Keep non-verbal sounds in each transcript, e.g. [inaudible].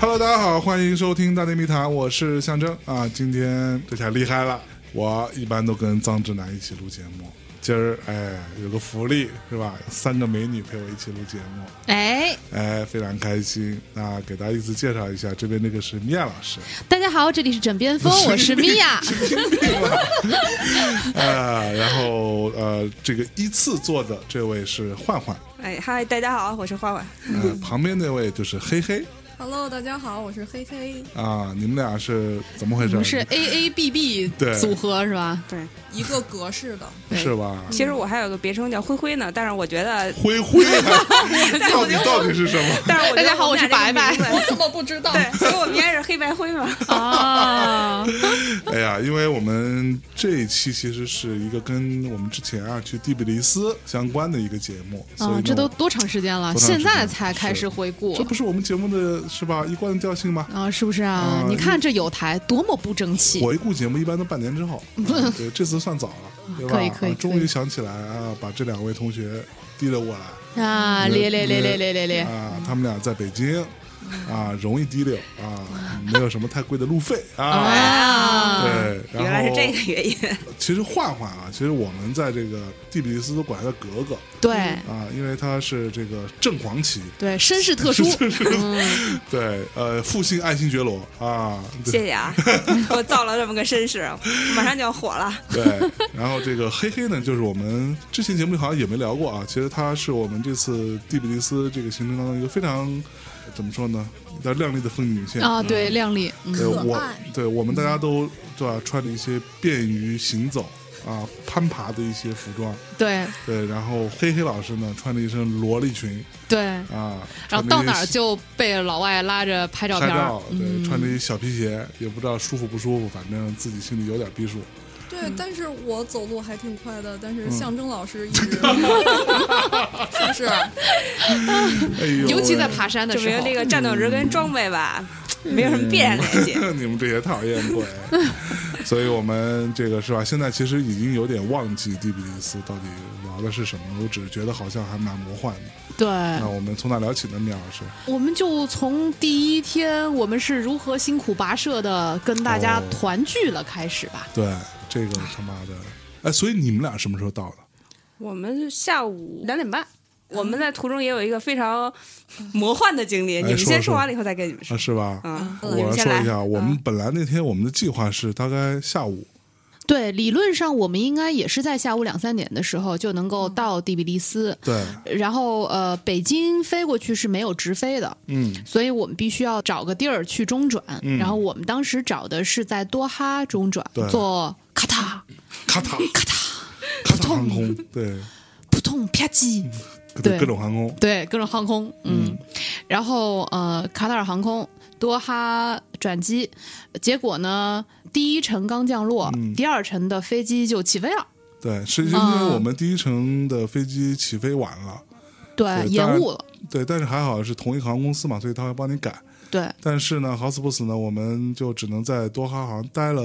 Hello，大家好，欢迎收听《大内密谈》，我是象征啊。今天这下厉害了，我一般都跟脏直男一起录节目，今儿哎有个福利是吧？三个美女陪我一起录节目，哎，哎非常开心。那给大家依次介绍一下，这边这个是米娅老师，大家好，这里是枕 [laughs] 边风，我是米娅。呃，然后呃这个依次坐的这位是焕焕，哎嗨，大家好，我是焕焕。呃旁边那位就是黑黑 Hello，大家好，我是黑黑，啊，你们俩是怎么回我事？们是 A A B B 对组合 [laughs] 是吧？对，一个格式的，对是吧？其实我还有个别称叫灰灰呢，但是我觉得，灰灰 [laughs] 啊，到底到底是什么？但是我觉得大家好们我俩是这个名字怎么不知道对，所以我们应该是黑白灰嘛。啊，哎呀，因为我们这一期其实是一个跟我们之前啊去第比利斯相关的一个节目，所以啊呢，这都多长时间了？多长时间现了在才开是始回顾这不是我们节目的是吧？一贯的调性吗？啊，是不是啊啊？你看这有台多么不争气！我一顾节目一般都半年之 [laughs] 后，啊对，这次算早了，对吧？可以可以啊终于可以想起来啊，把这两位同学提了过来啊，咧咧咧咧咧咧咧，啊，他们俩在北京啊，容易滴溜啊，没有什么太贵的路费啊。啊，对，然后原来是这个原因。其实焕焕啊，其实我们在这个蒂比利斯都管他叫格格对啊，因为他是这个正黄旗，对，身世 [laughs] 特殊，嗯对，呃，复姓爱新觉罗啊，谢对谢 [laughs] 啊，我造了这么个身世，马上就要火了。 [laughs] 对。然后这个黑黑呢，就是我们之前节目好像也没聊过啊，其实他是我们这次蒂比利斯这个行程当中一个非常怎么说呢，有点亮丽的风景女线啊，对，靓丽，嗯对可我爱对我们大家都对吧，穿着一些便于行走啊、攀爬的一些服装，对对，然后黑黑老师呢穿着一身萝莉裙。对，啊，然后穿着到一哪儿就被老外拉着拍照拍片儿，嗯照，对，穿着一小皮鞋，也不知道舒服不舒服，反正自己心里有点逼数。对，嗯但是我走路还挺快的，但嗯是象征老师 [laughs] 一直， [laughs] 是不是？哎呦喂，尤其在爬山的证时明候这。个战斗值嗯跟装备吧，没有什么必然联系。 [laughs] 你们这些讨厌鬼。所以我们这个是吧？现在其实已经有点忘记蒂比利斯到底聊的是什么，我只是觉得好像还蛮魔幻的。对，那我们从哪聊起呢？米老师，我们就从第一天我们是如何辛苦跋涉的跟大家哦团聚了开始吧。对这个他妈的，哎，所以你们俩什么时候到的？ [laughs] 我们下午两点半，我们在途中也有一个非常魔幻的经历，你们哎说先说说完了以后再跟你们啊，说。是吧？嗯，我你来嗯们先说来一。下，我们本来那天我们的计划是大概下午，对，理论上我们应该也是在下午两三点的时候就能够到第比利斯，对，然后呃，北京飞过去是没有直飞的，嗯，所以我们必须要找个地儿去中转。嗯然后我们当时找的是在多哈中转对，坐咔嗒咔嗒咔嗒咔嗒航空，对，扑通啪叽，各种对各种航空，对，各种航空，嗯，然后呃，卡塔尔航空多哈转机，结果呢，第一程刚降落，第二程的飞机就起飞了，对，是因为我们第一程的飞机起飞晚了，对对，当然延误了，对，但是还好是同一个航空公司嘛，所以他会帮你改。对，但是呢，好死不死呢，我们就只能在多哈好像待了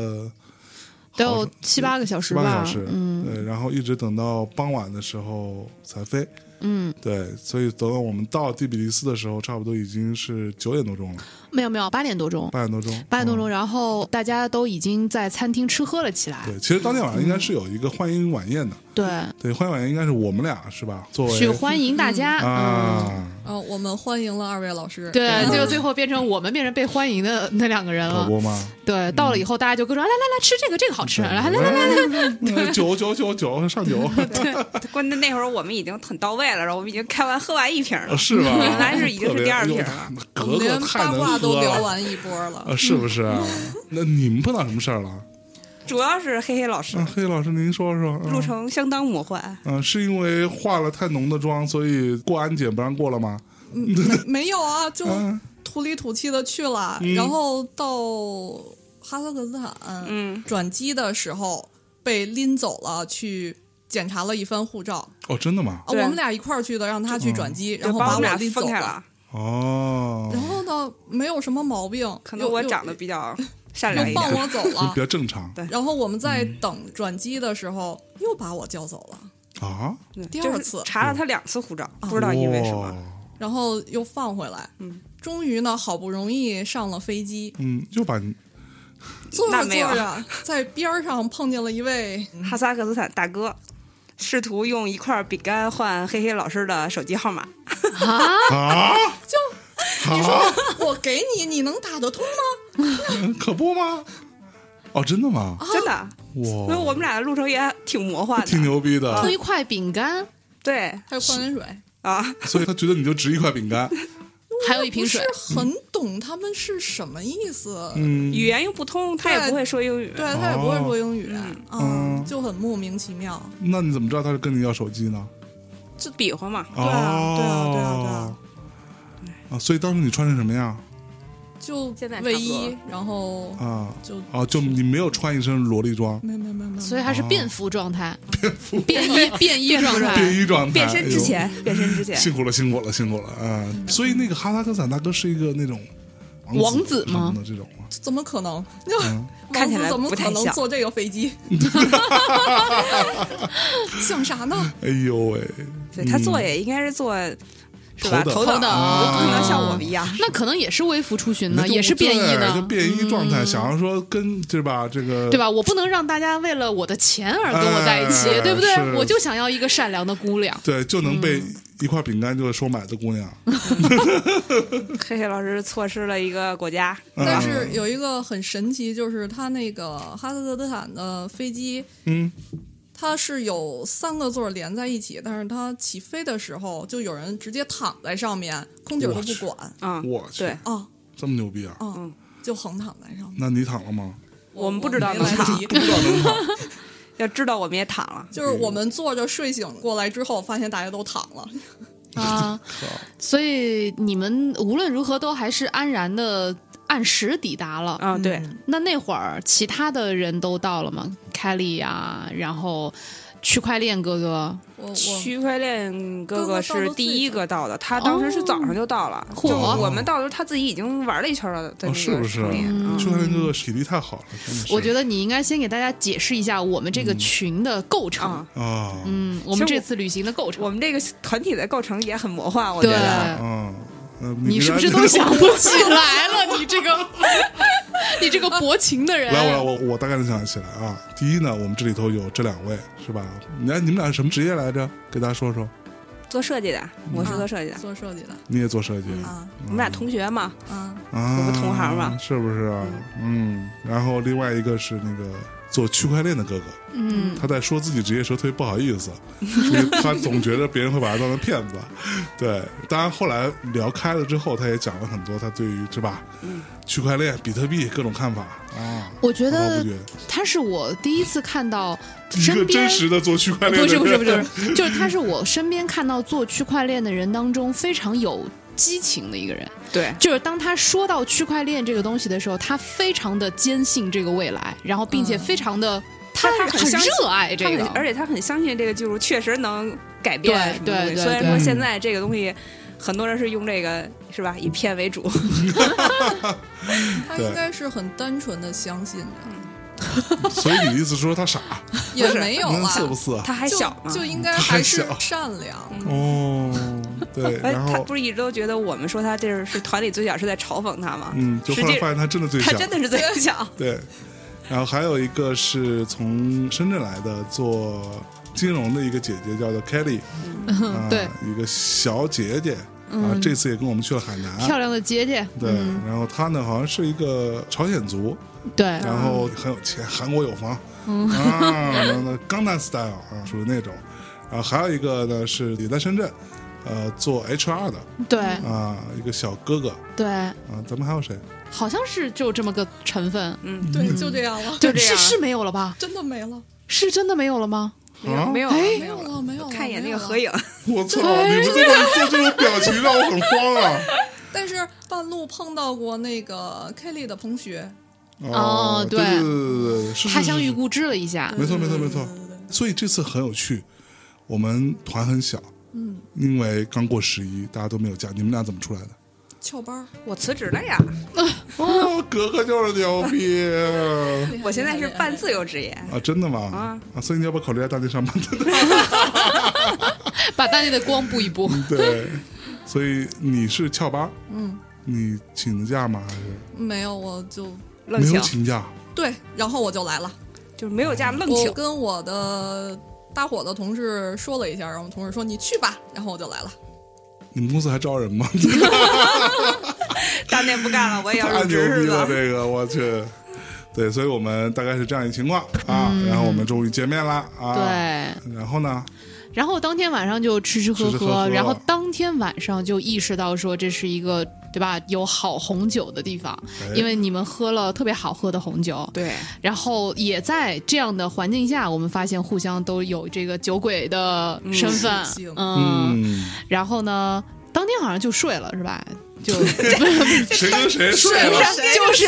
得好有像七八个小七时八个吧，小时，嗯，对，然后一直等到傍晚的时候才飞。嗯，对，所以等到我们到第比利斯的时候，差不多已经是九点多钟了，没有没有，八点多钟，八点多钟，八点多嗯钟，然后大家都已经在餐厅吃喝了起来，嗯对，其实当天晚上应该是有一个欢迎晚宴的，对，对，欢迎晚宴应该是我们俩是吧？作为去欢迎大家，嗯。啊，嗯、我们欢迎了二位老师，对，嗯结果最后变成我们变成被欢迎的那两个人可了。不吗？对，到了以后大家就各种来来来来吃这个，这个好吃，来来来来来 [laughs] 来，酒酒酒酒上 [laughs] 酒，关键那会儿我们已经很到位了，然后我们已经开完喝完一瓶了，啊是吧？ [laughs] 原来是已经是第二瓶特别，哎了。格我们格连太八卦能都喝聊了，完一波了， [laughs] 啊，是嗯不是 [laughs] 啊？那你们碰到什么事儿了？主要是黑黑老师啊，黑老师，您说说。路嗯程相当魔幻，嗯，是因为化了太浓的妆，所以过安检不让过了吗？嗯没没有啊，就嗯土里土气的去了，然后到哈萨克斯坦，嗯，转机的时候被拎走了去。检查了一番护照，哦，真的吗？啊，我对们俩一块儿去的，让他嗯去转机，然就后把我们俩拎走分开了。哦，然后呢，没有什么毛病，可能我长得又比 [laughs] 较善又良一又放点，我走就了比。较正常对然后我们在等转机的时候，又把我叫走了。啊。对第就是二次哦查了他两次护照，不知道因为什么。哇然后又放回来。嗯，终于呢，好不容易上了飞机，嗯，又把你坐嗯着那坐没有嗯着，在边儿上碰见了一位，哈萨克斯坦大哥试图用一块饼干换黑黑老师的手机号码， [laughs] 啊，就你说、啊， [laughs] 我给你，你能打得通吗？可不吗？哦，真的吗？真的。啊所以哇，我啊们俩的路程也挺魔幻的，哦挺牛逼的。推块饼干，对还有矿泉水，啊，所以他觉得你就值一块饼干，还有一瓶水我。不是很懂他们是什么意思。嗯， [laughs] 语言又不通，他也对不会说英语。对他也不会说英哦语，嗯嗯，就很莫名其妙。那你怎么知道他是跟你要手机呢？就比划嘛，对啊对啊对啊对啊哦啊，所以当时你穿成什么样就现在差不卫多衣，然后啊？就哦，就你没有穿一身萝莉装，没有没有没有没有，所以哦它是便服 [laughs] 状态，便衣便衣状便态，衣状态，变身之哎前，变身之呦，前，辛苦了，辛苦了，辛苦了啊！所以那个哈萨克斯坦大哥是一个那种嗯王子子什么吗的这种啊吗？怎么可能？就嗯看王起来子怎么不太可能像坐这个 [laughs] 飞机？像啥呢？ [laughs] 哎呦喂，对他坐嗯也应该是坐，是吧？头等啊头头等，等不可能像我们一样。那可能也是微服出巡呢，那就也是便衣对就呢，嗯便衣状态，想要说跟对吧？这个对？吧？我不能让大家为了我的钱而跟我在一起，哎对不对是？我就想要一个善良的姑 [laughs] 娘。对，就能被一块饼干就收买的姑娘，嗯黑黑老师错失了一个国家，但是有一个很神奇，就是他那个哈萨克斯坦的飞机，嗯，它是有三个座儿连在一起，但是它起飞的时候就有人直接躺在上面，空姐儿都我不去管嗯，我去对，啊这么牛逼哦啊！啊，就横躺在上面。那你躺了吗？我们不知道没能来躺，及， [laughs] 要知道我们也躺了。就是我们坐着睡醒过来之后，发现大家都躺了。啊，所以你们无论如何都还是安然的按时抵达了。啊，对，那那会儿其他的人都到了吗？凯莉呀，然后区块链哥哥，[laughs] 我我区块链哥哥是第一个到的，他当时是早上就到了，嚯就我们到的时候他自己已经玩了一圈了，在哦，那是个不是城里。嗯？邱那哥哥体力太好了，真的是。嗯我觉得你应该先给大家解释一下我们这个群的构成啊。，啊，嗯，我其们实我这次旅行的构我成。们这个团体的构成也很魔幻，我觉对，得。啊，呃你是不 [laughs] 是给大都家想不起来了？你这个， [laughs] 你这个薄情的人。来，我来，我我大概能想起来啊。第一呢，我们这里头有这两位是吧？你看你们俩是什么职业来着？给大家说说。做设计的，我是做设计的，做设计的你也做设计啊我们俩同学嘛，啊，啊？我们同行嘛是不是啊？嗯。然后另外一个是那个做区块链的哥哥，嗯，他在说自己职业时候特别不好意思，因为他总觉得别人会把他当成骗子。对，当然后来聊开了之后，他也讲了很多他对于是吧？区块链、比特币各种看法啊。我觉不知得不觉。他是我第一次看到一个身边真实的做区块链不的是人，不 [laughs] 是不是不是，就是他是我身边看到做区块链的人当中非常有激情的一个人。对，就是当他说到区块链这个东西的时候，他非常的坚信这个未来，然后并且非常的、嗯他他很很相信热爱这他个很，而且他很相信这个技术确实能改变对什么东西。对对虽然对嗯说现在这个东西，很多人是用这个是吧，以骗为主，他对应该是很单纯的相信着， [laughs] 所以你的意思说他傻，也没有能啊，是不是啊？他还就小嘛。哎就应该他还还是小善良。 [laughs] 哦， [laughs] 对，哎，然他后不是一直都觉得我们说他这是团里最小，是在嘲讽他吗？嗯，就实后来际发现他真的最他小，真的是最小。对。然后还有一个是从深圳来的做金融的一个姐姐，叫做 Kelly，、啊、嗯对，嗯一个小姐姐啊，这次也跟我们去了海漂南。亮嗯的姐姐，对，然后她呢好像是一个朝鲜族，嗯对，然后很有钱，韩国有房，嗯啊，然后呢，钢弹 style 啊，属于那种。然后还有一个呢是也在深圳，呃，做 HR 的对啊，一个小哥哥对，啊，咱们还有谁？好像是就这么个成分，对，就这样了，对，这样是是没有了吧？ [laughs] 真的没了，是真的没有了吗？没啊有没有哎 [laughs] 没有了，没有了。看一眼那没个有合了。影，我操！你们这啊种做这种表情让我很慌 [laughs] 啊！但是半路碰到过那个 Kelly 的同学，哦对对对对对对，是他乡遇，是故知了一下是，没错没错没错对。对对对所以这次很有趣，我们团很小，嗯，因为刚过十一，大家都没有假。你们俩怎么出来 [laughs] 的？翘班儿。我辞职了呀！哦，格格就是牛逼我现在是半自由职业，啊！真的吗啊？啊，所以你要不要考虑在大地上班？把大家的光补一补。 [laughs] 对，所以你是翘班儿，嗯，你请的假吗？还是没有，我就愣没有请，请假？对，然后我就来了。就是没有假愣我请。跟我的搭伙的同事说了一下，然后我们同事说你去吧，然后我就来了。你们公司还招人吗？当年不干了，我也要太入牛职逼是了，吧？这个我去。对，所以我们大概是这样一情况啊，然后我们终于见面了啊。 [laughs] 对，对，然后呢？然后当天晚上就吃吃喝喝，吃吃喝喝然后当天晚上就意识到说这是一个对吧有好红酒的地方，哎因为你们喝了特别好喝的红酒，对，然后也在这样的环境下，我们发现互相都有这个酒鬼的身份嗯属性，嗯，嗯，然后呢，当天好像就睡了是吧？ [laughs] 就 [laughs] 谁跟谁睡睡了了？就是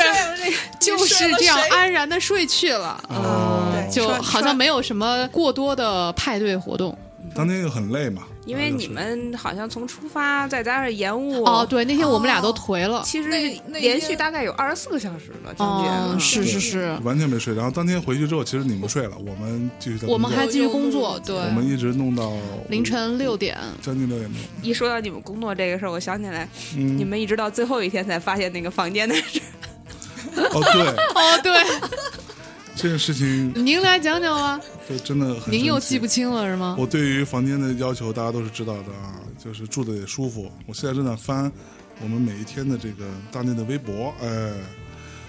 就是睡了这样谁安然的睡去了，嗯哦对就说好说像没有什么过多的派对活动。当天又很累嘛，因为你们好像从出发再加上延误，哦，对，那天我们俩都哦颓了。其实那那连一续天大概有二十四个小时呢，将近。哦，嗯是是是，完全没睡。然后当天回去之后，其实你们睡了，我们继续在工作我们还继续工作，又对，我们一直弄到凌晨六 [laughs] 点。将近六点钟。一说到你们工作这个事儿，我想起来，嗯你们一直到最后一天才发现那个房间的事儿。哦，对，哦，对，这个事情 [laughs] 您来讲讲吧，就真的很。您又记不？清了是吗？我对于房间的要求大家都是知道的啊，就是住的也舒服。我现在正在翻我们每一天的这个大内的微博，哎，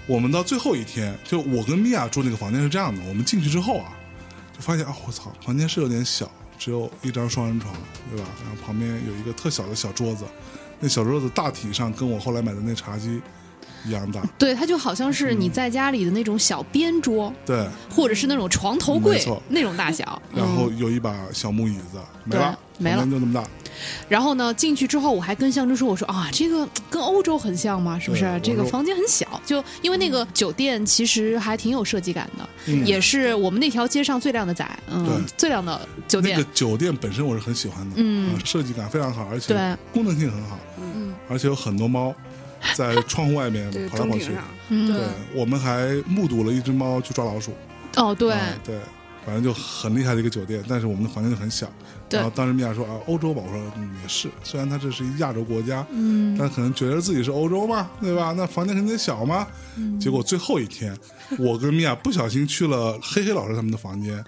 我们到最后一天，就我跟米娅住那个房间是这样的，我们进去之后啊，就发现啊，我、操，房间是有点小，只有一张双人床，对吧？然后旁边有一个特小的小桌子，那小桌子大体上跟我后来买的那茶几一样大，对，它就好像是嗯你在家里的那种小边桌，对。或者是那种床头没柜错那种大小。然后嗯有一把小木椅子，没了，对没了房间就那么大，然后呢，进去之后我还跟象征说：“我说啊，这个跟欧洲很像嘛，是不对是？这我个说房间很小，就因为那个酒店其实还挺有设计感的，嗯也是我们那条街上最靓的仔，嗯对，最靓的酒那店。个酒店本身我是很喜欢的，嗯啊设计感非常好，而且对功能性很好，嗯，而且有很多猫在窗户外面对，跑来中跑庭去上。，嗯，对，我们还目睹了一只猫去抓老鼠，哦，对，啊对，反正就很厉害的一个酒店，但是我们的房间就很小。对然后当时米娅说啊，欧洲吧，我说嗯也是，虽然它这是一亚洲国家，嗯，但可能觉得自己是欧洲嘛，对吧？那房间肯定得小嘛。嗯结果最后一天，我跟米娅不小心去了黑黑老师他们的房间，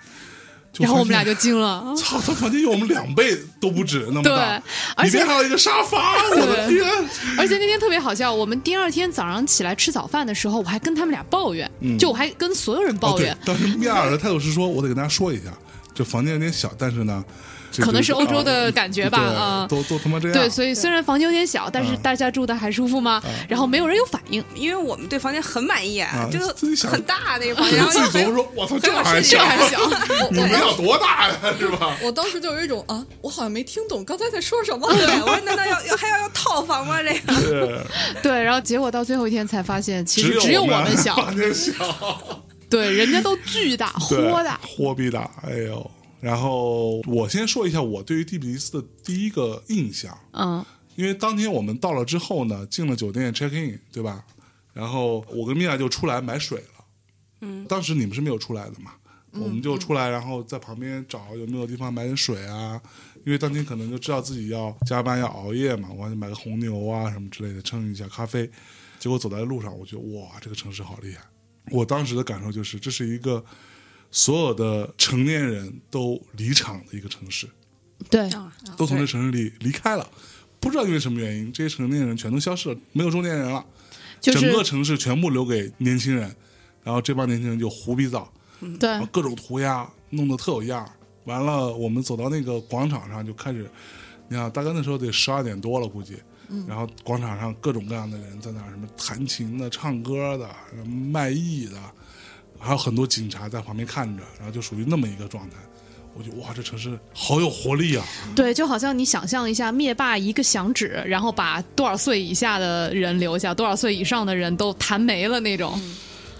就然后我们发俩现就惊 [laughs] 了。操，他房间有我们两倍都不止那么对大，，而里且面还有一个沙发，我的对天！ [laughs] 而且那天特别好笑，我们第二天早上起来吃早饭的时候，我还跟他们俩抱怨，就我还跟所有人抱嗯怨哦，对当时米娅尔的态度是说，我得跟大家说一下，这房间有点小，但是呢，这可能这是欧洲的感觉吧对啊都都他妈这样，对，所以虽然房间有点小，但是嗯大家住的还舒服吗？然后没有人有反应， [laughs] 因为我们对房间很满意，啊就自己想很大那个房对间，然后自就己琢很磨说，我操，这还很小这，还小， [laughs] 你们要多大呀，是吧？我当时就有一种啊，我好像没听懂刚才在说什么。对，我说难道要要还要要套房吗？这个对，对，然后结果到最后一天才发现， [laughs] 其实只只有我们 [laughs] 们小，房间 [laughs] 小，对，人家都巨大， [laughs] 对豁大，货币大，哎呦。然后我先说一下我对于蒂比利斯的第一个印象，嗯，因为当天我们到了之后呢，进了酒店 check in，对吧？然后我跟米娅就出来买水了。嗯，当时你们是没有出来的嘛？我们就出来，然后在旁边找有没有地方买点水啊，因为当天可能就知道自己要加班要熬夜嘛，我就买个红牛啊什么之类的，蹭一下咖啡。结果走在路上，我觉得哇，这个城市好厉害！我当时的感受就是，这是一个所有的成年人都离场的一个城市。对，嗯都从这城市里离开了，不知道因为什么原因，这些成年人全都消失了，没有中年人了，就是整个城市全部留给年轻人，然后这帮年轻人就胡逼造，对然后，各种涂鸦，弄得特有样儿。完了，我们走到那个广场上就开始，你看大概那时候得十二点多了，估计。嗯然后广场上各种各样的人在那儿，什么弹琴的、唱歌的、什么卖艺的，还有很多警察在旁边看着，然后就属于那么一个状态。我觉得哇，这城市好有活力啊！对，就好像你想象一下，灭霸一个响指，然后把多少岁以下的人留下，多少岁以上的人都弹没了那种。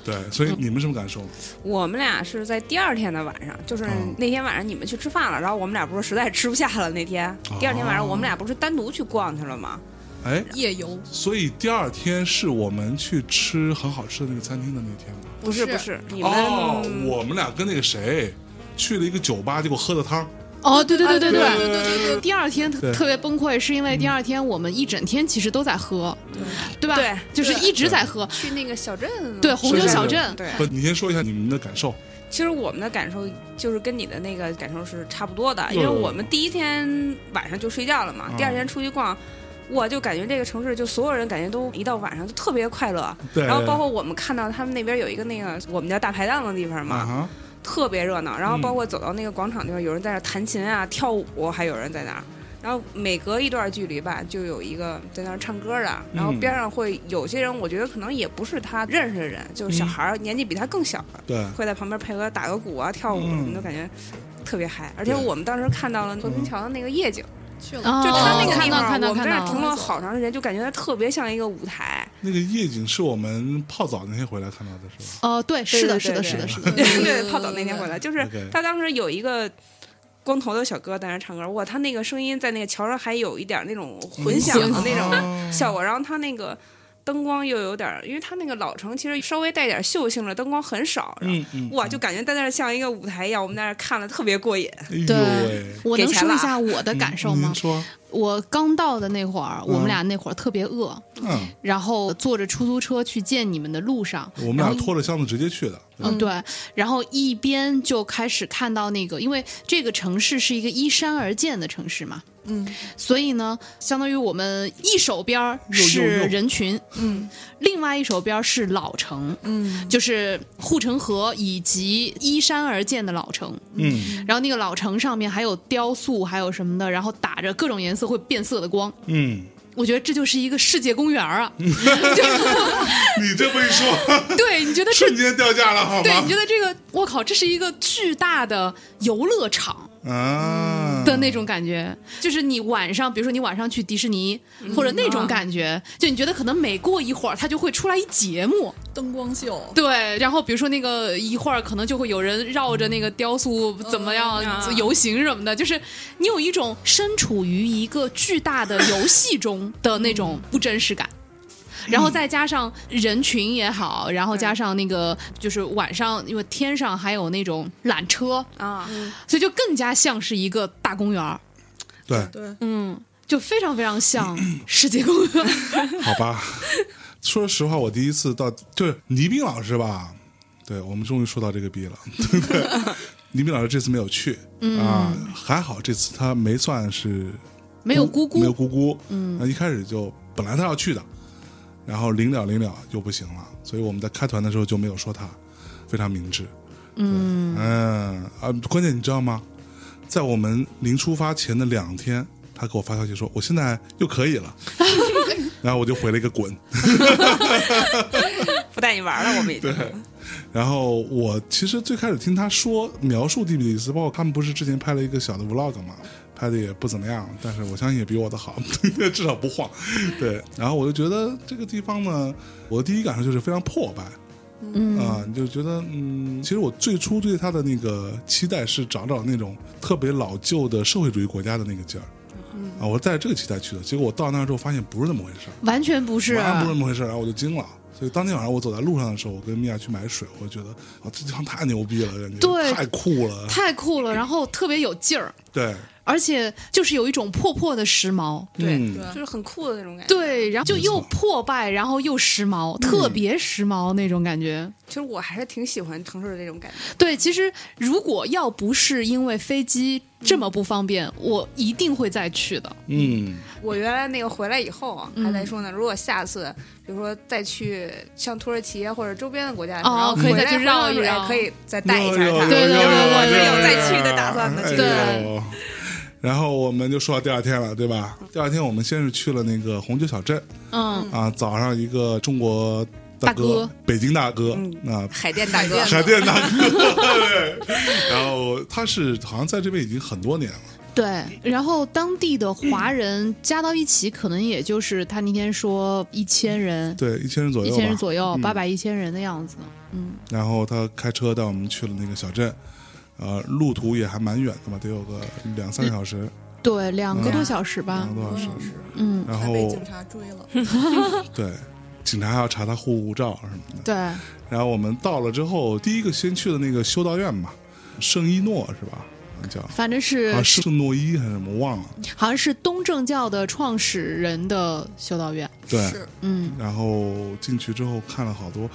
对，所以你们什么感受？ [laughs] 我们俩是在第二天的晚上，就是嗯那天晚上你们去吃饭了，然后我们俩不是实在吃不下了那天，哦第二天晚上我们俩不是单独去逛去了吗？哎，夜游所以第二天是我们去吃很好吃的那个餐厅的那天吗？哦不是不不是是，你们哦，我们俩跟那个谁去了一个酒吧，结果喝的汤。哦，对对对对啊对对对对对第二天对特特别崩溃，是因为第二天我们一整天其实都在喝，对吧？对就是一直在喝。去那个小镇，对红牛是小镇对。不，你先说一下你们的感受。其实我们的感受就是跟你的那个感受是差不多的，对因为我们第一天晚上就睡觉了嘛，嗯第二天出去逛。我就感觉这个城市，就所有人感觉都一到晚上就特别快乐，对，然后包括我们看到他们那边有一个那个我们叫大排档的地方嘛，啊哈，特别热闹。然后包括走到那个广场地方，有人在那儿弹琴啊、跳舞，还有人在那儿。然后每隔一段距离吧，就有一个在那儿唱歌的，然后边上会有些人，我觉得可能也不是他认识的人，就是小孩儿，年纪比他更小的，对，会在旁边配合打个鼓啊、跳舞什么的，嗯感觉特别嗨。而且对嗯我们当时看到了和平桥的那个夜景，去哦了，就他那个看地到方，看到我们在看到那儿停了好长时间，就感觉它特别像一个舞台。那个夜景是我们泡澡那天回来看到的，是吧？哦，对，是的，对是的，对是的，是的。对 [laughs] 对，泡澡那天回来，就是对他当时有一个光头的小哥在那唱歌，哇，他那个声音在那个桥上还有一点那种混响的那种哦效果，然后他那个灯光又有点儿，因为他那个老城其实稍微带点秀性了，灯光很少，然后嗯嗯，哇，就感觉在那儿像一个舞台一样，我们在那儿看了特别过瘾。哎呦对喂，我能给钱说了一啊下我的感受嗯吗您？说，我刚到的那会儿，我嗯们俩那会儿特别饿，嗯，然后坐着出租车去见你们的路上，嗯我们然俩后拖着箱子直接去的，嗯，对，然后一边就开始看到那个，因为这个城市是一个依山而建的城市嘛，嗯，所以呢，相当于我们一手边儿又又是又人群，嗯另外一手边儿是老城，嗯，就是护城河以及依山而建的老城。嗯然后那个老城上面还有雕塑，还有什么的，然后打着各种颜色会变色的光。嗯，我觉得这就是一个世界公园儿啊！ [laughs] 你这么一说， [laughs] 对，你觉得这瞬间掉价了，好对，你觉吗？得这个，我靠，这是一个巨大的游乐场啊的那种感觉，就是你晚上，比如说你晚上去迪士尼，嗯或者那啊种感觉，就你觉得可能每过一会儿，它就会出来一节目，灯光秀，对，然后比如说那个一会儿可能就会有人绕着那个雕塑怎么样嗯啊游行什么的，就是你有一种身处于一个巨大的游戏中的那种嗯不真实感。然后再加上人群也好，然后嗯加上那个就是晚上，因为天上还有那种缆车，啊，所以就更加像是一个大公园儿，对，对，嗯，就非常非常像嗯世界公园。好吧。 [laughs] 说实话，我第一次到就是倪斌老师吧，对我们终于说到这个逼了， [laughs] 对不对？倪斌老师这次没有去、啊，还好这次他没算是 [laughs] 没有姑姑没有姑姑，嗯，那一开始就本来他要去的，然后临了临了就不行了，所以我们在开团的时候就没有说他，非常明智，嗯嗯啊，关键你知道吗？在我们临出发前的两天，他给我发消息说我现在又可以 [laughs] 了，然后我就回了一个滚，不带你玩了，我们已经。然后我其实最开始听他说描述蒂比利斯，包括他们不是之前拍了一个小的 vlog 嘛，拍的也不怎么样，但是我相信也比我的好， [laughs] 至少不晃。对，然后我就觉得这个地方呢，我的第一感受就是非常破败。嗯啊、你就觉得嗯，其实我最初对他的那个期待是找找那种特别老旧的社会主义国家的那个劲儿，啊，我带着这个期待去的，结果我到那儿之后发现不是那么回事儿。完全不是，完全不是那么回事儿，然后我就惊了。所以当天晚上我走在路上的时候，我跟米娅去买水，我觉得啊，这地方太牛逼了，感觉对太酷了，太酷了，然后特别有劲儿，对，而且就是有一种破破的时髦。 [laughs] 对嗯对就是很酷的那种感觉。，对，然后就又破败，然后又时嗯髦，特别时髦那种感觉。其实我还是挺喜欢城市的这种感觉。对，其实如果要不是因为飞机这么不方便，我一定会再去的。嗯我原来那个回来以后啊，还在说呢，如果下次，比如说再去像土耳其啊或者周边的国家的时候，哦然后可以回再来去绕一回来绕可以再带一下呦它。呦对呦对对呦对对呦有再呦去的打算的哎其实呦然后我们就说到第二天了，对吧？第二天我们先是去了那个红酒小镇嗯，啊，早上一个中国大大哥北京大哥啊，海淀大哥，海淀大哥，对然后他是好像在这边已经很多年了，对。然后当地的华人加到一起，可能也就是他那天说一千人，对，一千人左一右吧，千人左右，嗯八百一千人的样子。嗯，然后他开车带我们去了那个小镇，呃，路途也还蛮远的嘛，得有个两三个小时，对，两个多小时吧两个。多小时。嗯是嗯，然还后被警察追了，对，警察还要查他护照什么的。对，然后我们到了之后，第一个先去的那个修道院嘛，圣一诺是吧？么叫？反正是、啊，是诺伊还是什么？我忘了。好像是东正教的创始人的修道院。对，是嗯，然后进去之后看了好多，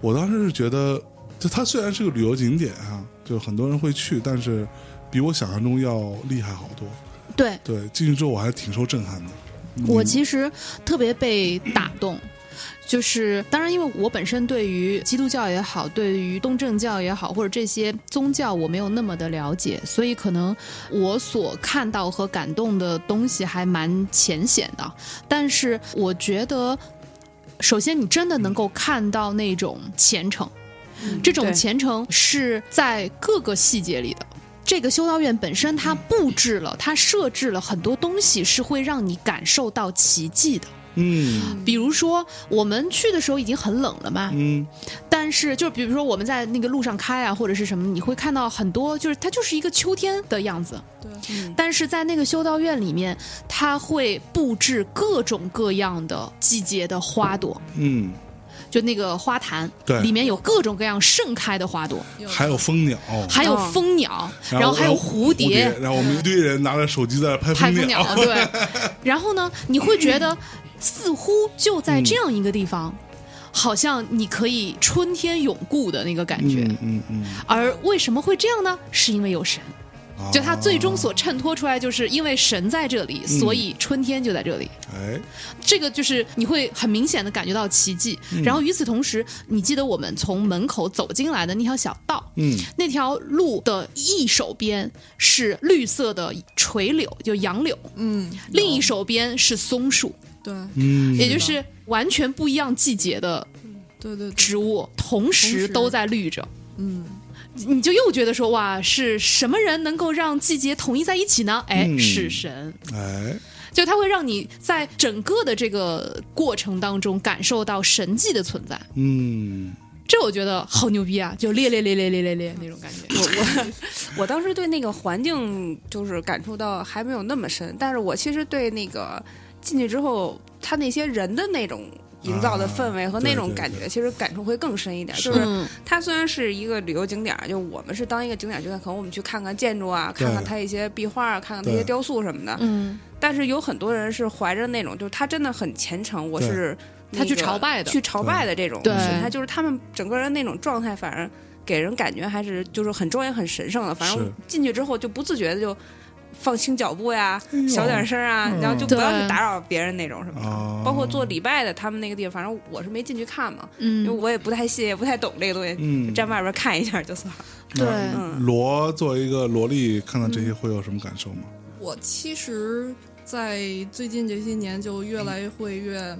我当时是觉得，就它虽然是个旅游景点啊，就很多人会去，但是比我想象中要厉害好多。对对，进去之后我还挺受震撼的。我嗯其实特别被打动。就是，当然，因为我本身对于基督教也好，对于东正教也好，或者这些宗教我没有那么的了解，所以可能我所看到和感动的东西还蛮浅显的。但是我觉得，首先你真的能够看到那种虔诚，这种对虔诚是在各个细节里的。这个修道院本身，它布置了，它设置了很多东西，是会让你感受到奇迹的。嗯比如说，我们去的时候已经很冷了嘛，嗯，但是就比如说我们在那个路上开啊，或者是什么，你会看到很多，就是它就是一个秋天的样子。对但是在那个修道院里面，它会布置各种各样的季节的花朵，嗯，就那个花坛，对里面有各种各样盛开的花朵。还有蜂鸟，还有哦蜂鸟，然后还有蝴蝴蝶，然后我们一堆人拿着手机在那拍拍蜂蜂鸟，对。然后呢，你会觉得似乎就在这样一个地方，好像你可以春天永固的那个 [laughs] 感觉。嗯嗯嗯，而为什么会这样呢？是因为有神，啊就它最终所衬托出来，就是因为神在这里，所以春天就在这里。哎，这个就是你会很明显的感觉到奇迹。然后与此同时，你记得我们从门口走进来的那条小道，嗯那条路的一手边是绿色的垂柳，就杨柳，嗯，另一手边是松树，对嗯， [laughs] 也就是完全不一样季节的对对对，植物，同时时都在绿着。嗯，你就又觉得说哇，是什么人能够让季节统一在一起呢？哎，嗯是神，哎，就它会让你在整个的这个过程当中感受到神迹的存在。嗯这我觉得好牛逼啊！就烈烈烈烈烈烈烈那种感觉。我当时对那个环境就是感触到还没有那么深，但是我其实对那个进去之后，他那些人的那种营造的氛围和那啊种对对感觉，对其实感触会更深一点。是就是嗯，它虽然是一个旅游景点儿，就我们是当一个景点儿去看，可能我们去看看建筑啊，对看看它一些壁画啊，看看那对些雕塑什么的。嗯，但是有很多人是怀着那种，就是他真的很虔诚，我对是、那 [laughs] 他去个朝拜的去朝拜的这种对神态，就是他们整个人那种状态，反而给人感觉还是就是很庄严、很神圣的。反是正进去之后就不自觉的就放轻脚步呀，哎呦小点声啊，嗯然后就不要对去打扰别人那种什么哦的。包括做礼拜的，他们那个地方，反正我是没进去看嘛，因为嗯，我也不太信，也不太懂这个东西。嗯，站外边看一下就算了。对嗯那嗯罗作为一个萝莉，看到这些会有什么感受吗？我其实，在最近这些年就越来越会越，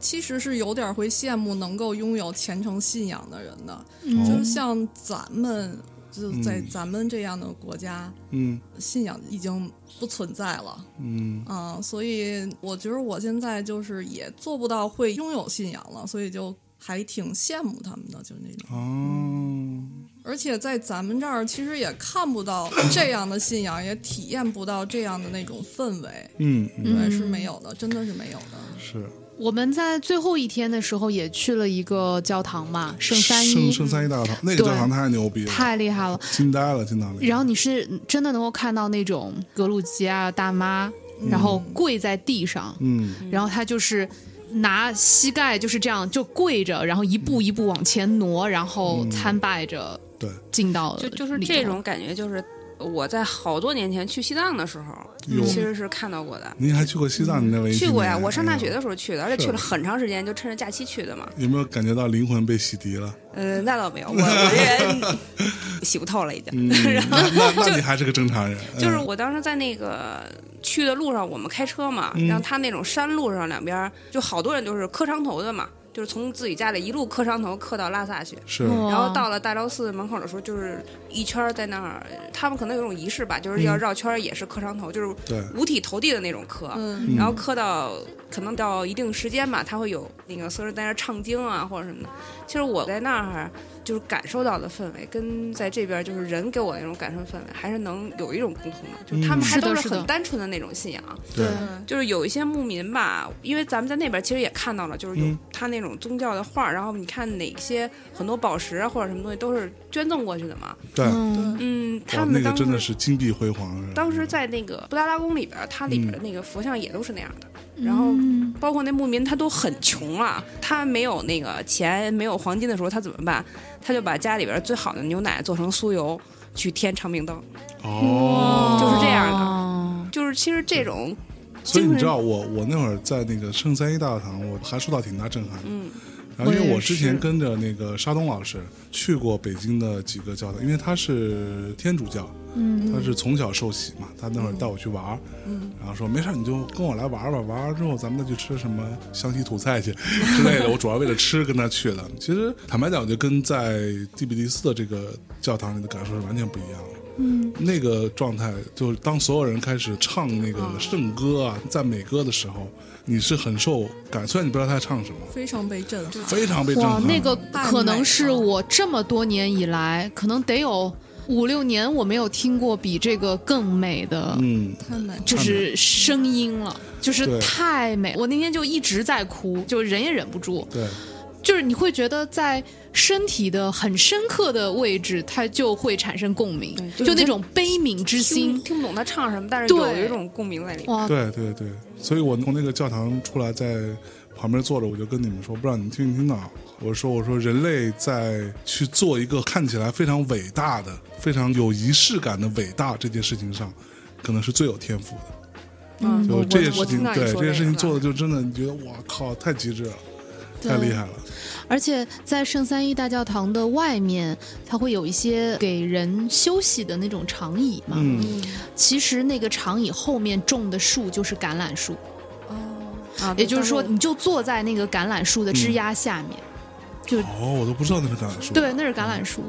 其实是有点会羡慕能够拥有虔诚信仰的人的，嗯就是像咱们就在嗯咱们这样的国家，嗯信仰已经不存在了。嗯嗯，所以我觉得我现在就是也做不到会拥有信仰了，所以就还挺羡慕他们的，就是那种。哦，而且在咱们这儿其实也看不到这样的信仰，也体验不到这样的那种氛围，嗯嗯对，是没有的，真的是没有的。是我们在最后一天的时候也去了一个教堂嘛，圣三圣一，圣三一大教堂，那个对教堂太牛逼了，太厉害了。惊呆了，惊呆了。然后你是真的能够看到那种格鲁吉亚大妈，然后跪在地上，嗯然后她就是拿膝盖就是这样就跪着，然后一步一步往前挪，然后参拜着嗯对，进到就就是里头这种感觉，就是我在好多年前去西藏的时候，哟嗯其实是看到过的。您还去过西藏？你那位嗯去过呀，青年我上大学哎的呦时候去的，而且是去了很长时间，就趁着假期去的嘛。哎有没有感觉到灵魂被洗涤 [laughs] 了？呃，那倒没有，我我这人洗不透了已经。 [laughs] 然后那那那你还是个正常人，嗯就是我当时在那个去的路上，我们开车嘛，然后他那种山路上两边儿就好多人就是磕长头的嘛，就是从自己家里一路磕长头磕到拉萨去。是哇然后到了大昭寺门口的时候，就是一圈儿在那儿，他们可能有种仪式吧，就是嗯要绕圈儿也是磕长头，就是对五体投地的那种磕。嗯，嗯然后磕到可能到一定时间吧，他会有那个僧人在那儿唱经啊或者什么的。其实我在那儿就是感受到的氛围，跟在这边就是人给我那种感受氛围，还是能有一种共同的，就是他们还是的都是是的很单纯的那种信仰。对对就是有一些牧民吧，因为咱们在那边其实也看到了，就是有嗯他那种宗教的画儿，然后你看哪些很多宝石啊或者什么东西都是捐赠过去的嘛。对，哇嗯，嗯，他们哦那个当时、真的是金碧辉煌。是吧当时在那个布达拉宫里边儿，它里嗯边的那个佛像也都是那样的。然后嗯包括那牧民，他都很穷啊，他没有那个钱，没有黄金的时候，他怎么办？他就把家里边最好的牛奶做成酥油，去添长命灯。哦，就是这样的的。就是其实这嗯种，所以你精神知道我我那会儿在那个圣三一大教堂，我还受到挺大震撼的。嗯然后因我为也我之是前跟着那个沙东老师去过北京的几个教堂，因为他是天主教，嗯，他是从小受洗嘛，他那会儿带我去玩儿，然后说没事儿你就跟我来玩儿吧，玩儿之后咱们再去吃什么湘西土菜去之类的。我主要为了吃跟他去的。其实坦白讲，我觉得跟在蒂比利斯的这个教堂里的感受是完全不一样的。嗯，那个状态就是当所有人开始唱那个嗯圣歌啊、赞美歌的时候，你是很受感，虽然你不知道他在唱什么，非常被震撼。非常被震哇撼，。那个大可奶能是酪我这么多年以来，可能得有五六年，我没有听过比这个更美的，嗯，太美了，就是声音了，就是对太美。我那天就一直在哭，就忍也忍不住，对，就是你会觉得在身体的很深刻的位置，它就会产生共鸣，对就那种悲悯之听心。听不懂他唱什么，但是有对一种共鸣在里面。哇，对对对，所以我从那个教堂出来，在旁边坐着，我就跟你们说，不知道你们听没听到？我说我说人类在去做一个看起来非常伟大的、非常有仪式感的伟大这件事情上，可能是最有天赋的。嗯就我这件我事情听，到你对说这件事情个做的就真的，你觉得哇靠，太极致了，太厉害了。而且在圣三一大教堂的外面，它会有一些给人休息的那种长椅嘛。嗯，其实那个长椅后面种的树就是橄榄树，哦啊，也就是说，嗯当时你就坐在那个橄榄树的枝桠下面。哦，我都不知道那是橄榄树。对，那是橄榄树。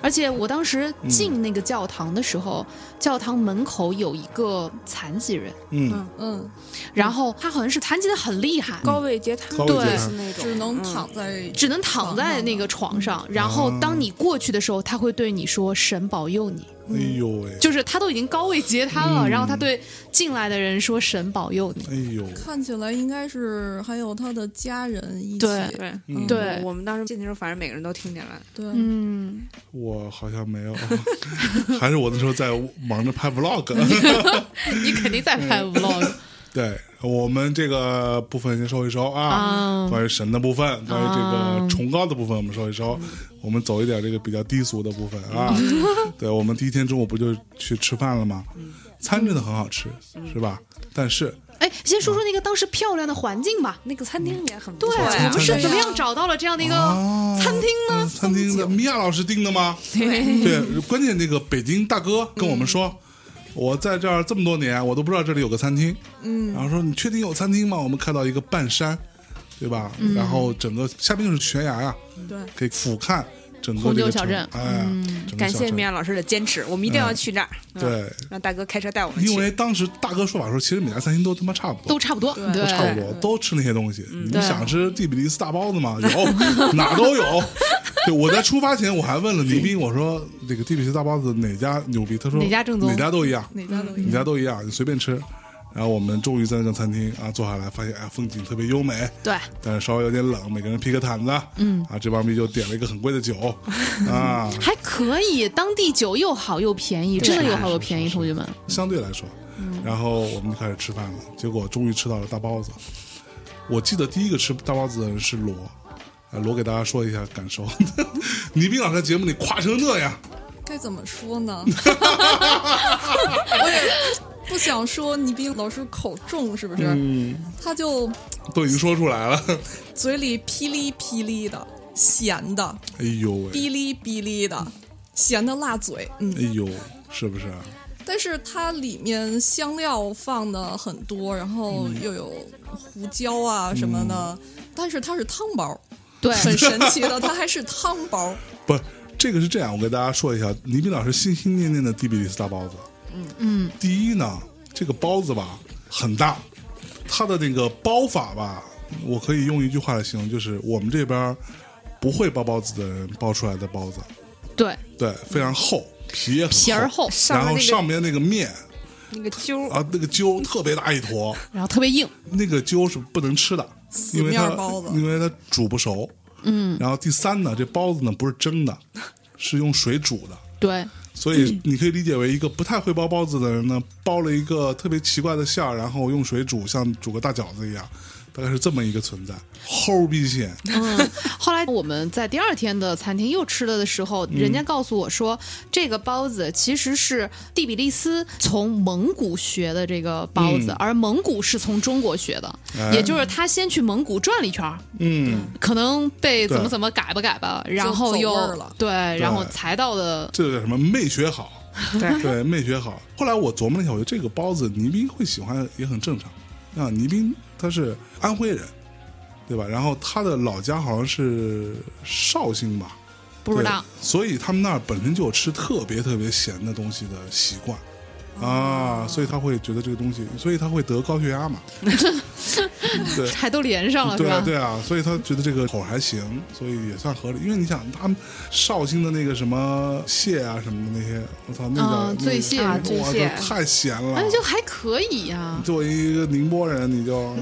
而且我当时嗯进那个教堂的时候，教堂门口有一个残疾人，嗯，嗯，然后他好像是残疾的很厉害，高位截瘫，高位截瘫那种只能嗯躺在只能躺在那个床上。然后啊当你过去的时候，他会对你说“神保佑你哎呦喂”，，就是他都已经高位截瘫了，嗯然后他对进来的人说“神保佑你哎呦，看起来应该是还有他的家人一起，对对嗯对我们当时进去的时候，反正每个人都听见了。对”。嗯，我好像没有， [laughs] 还是我那时候在忙着拍 vlog。 [laughs] 嗯你肯定在拍嗯 vlog [laughs] 对我们这个部分先收一收啊，啊。关于神的部分，关于这啊嗯个崇高的部分我们收一收，我们走一点这个比较低俗的部分啊。嗯 [laughs] 对，我们第一天中午不就去吃饭了吗？餐真的很好吃，是吧？但是哎，先说说那个当时漂亮的环境吧。那个餐厅也很不对，啊错我呀们是对怎么呀样找到了这样的一个啊餐厅呢？餐厅的米娅老师订的吗？对，关键那个北京大哥跟我们说。我在这儿这么多年，我都不知道这里有个餐厅。嗯，然后说你确定有餐厅吗？我们开到一个半山，对吧？然后整个下面就是悬崖呀、对，可以俯瞰整个红这牛个小城镇哎，整个感小谢镇米娅老师的坚持，我们一定要去那儿。嗯，对，让大哥开车带我们去。因为当时大哥说法说，其实每家餐厅都他妈差不都多。差不多，对都差不多，都吃那些东西。你嗯对想吃蒂比利斯大包子吗？有， [laughs] 哪都有。对，我在出发前我还问了倪斌，我说这个蒂比利斯大包子哪家牛逼？他说哪家正宗哪家都一样。哪嗯家都你一样。家都一样，你随便吃。然后我们终于在那个餐厅啊坐下来，发现哎风景特别优美，对，但是稍微有点冷，每个人披个毯子。嗯，啊这帮逼就点了一个很贵的 [laughs] 酒，啊还可以，当地酒又好又便宜，真的又好又便宜，同学们。相对来说，然后我们就开始吃饭了。结果终于吃到了大包子。我记得第一个吃大包子的人是罗，啊罗给大家说一下感受。 [laughs] 倪斌老师在节目里夸成那样，该怎么说呢？我也不想说倪斌老师口重是不是？他就都已经说出来了。嘴里噼里噼里的咸的，哎呦喂，哔哩哔哩的，咸的辣嘴，嗯哎。呦，是不是？啊但是它里面香料放的很多，然后又有胡椒啊什么的，但是它是汤包，对，很神奇的，它还是汤包。不，这个是这样，我给大家说一下，倪斌老师心心念念的蒂比利斯大包子。嗯嗯，第一呢，这个包子吧很大，它的那个包法吧，我可以用一句话来形容，就是我们这边儿不会包包子的人包出来的包子，对，对，非常厚，皮也很皮儿厚，然后上上面那个面啊那个揪儿，啊，那个揪特别大一坨，然后特别硬，那个揪是不能吃的，死因为面它包子，因为它煮不熟。嗯，然后第三呢，这包子呢不是蒸的，是用水煮的，对，所以你可以理解为一个不太会包包子的人呢，包了一个特别奇怪的馅儿，然后用水煮，像煮个大饺子一样，大概是这么一个存在。齁逼鲜，嗯，后来我们在第二天的餐厅又吃了的时候，人家告诉我说，这个包子其实是第比利斯从蒙古学的这个包子，嗯而蒙古是从中国学的，哎也就是他先去蒙古转了一圈儿，嗯，可能被对怎么怎么改吧改吧，然后走又味儿了对，然后才到的这叫什么没学好。嗯对对，没学好。后来我琢磨了一下，我觉得这个包子倪斌会喜欢也很正常。啊，倪斌他是安徽人，对吧？然后他的老家好像是绍兴吧，不知道对，所以他们那儿本身就有吃特别特别咸的东西的习惯。哦啊，所以他会觉得这个东西，所以他会得高血压 [laughs] 嘛？对，还都连上了是对啊，吧？对啊，所以他觉得这个口还行，所以也算合理。因为你想，他们绍兴的那个什么蟹啊什么的那些，我操，那个、嗯那醉蟹哇醉哇蟹太咸了。哎，就还可以呀、作为一个宁波人，你 [laughs] 就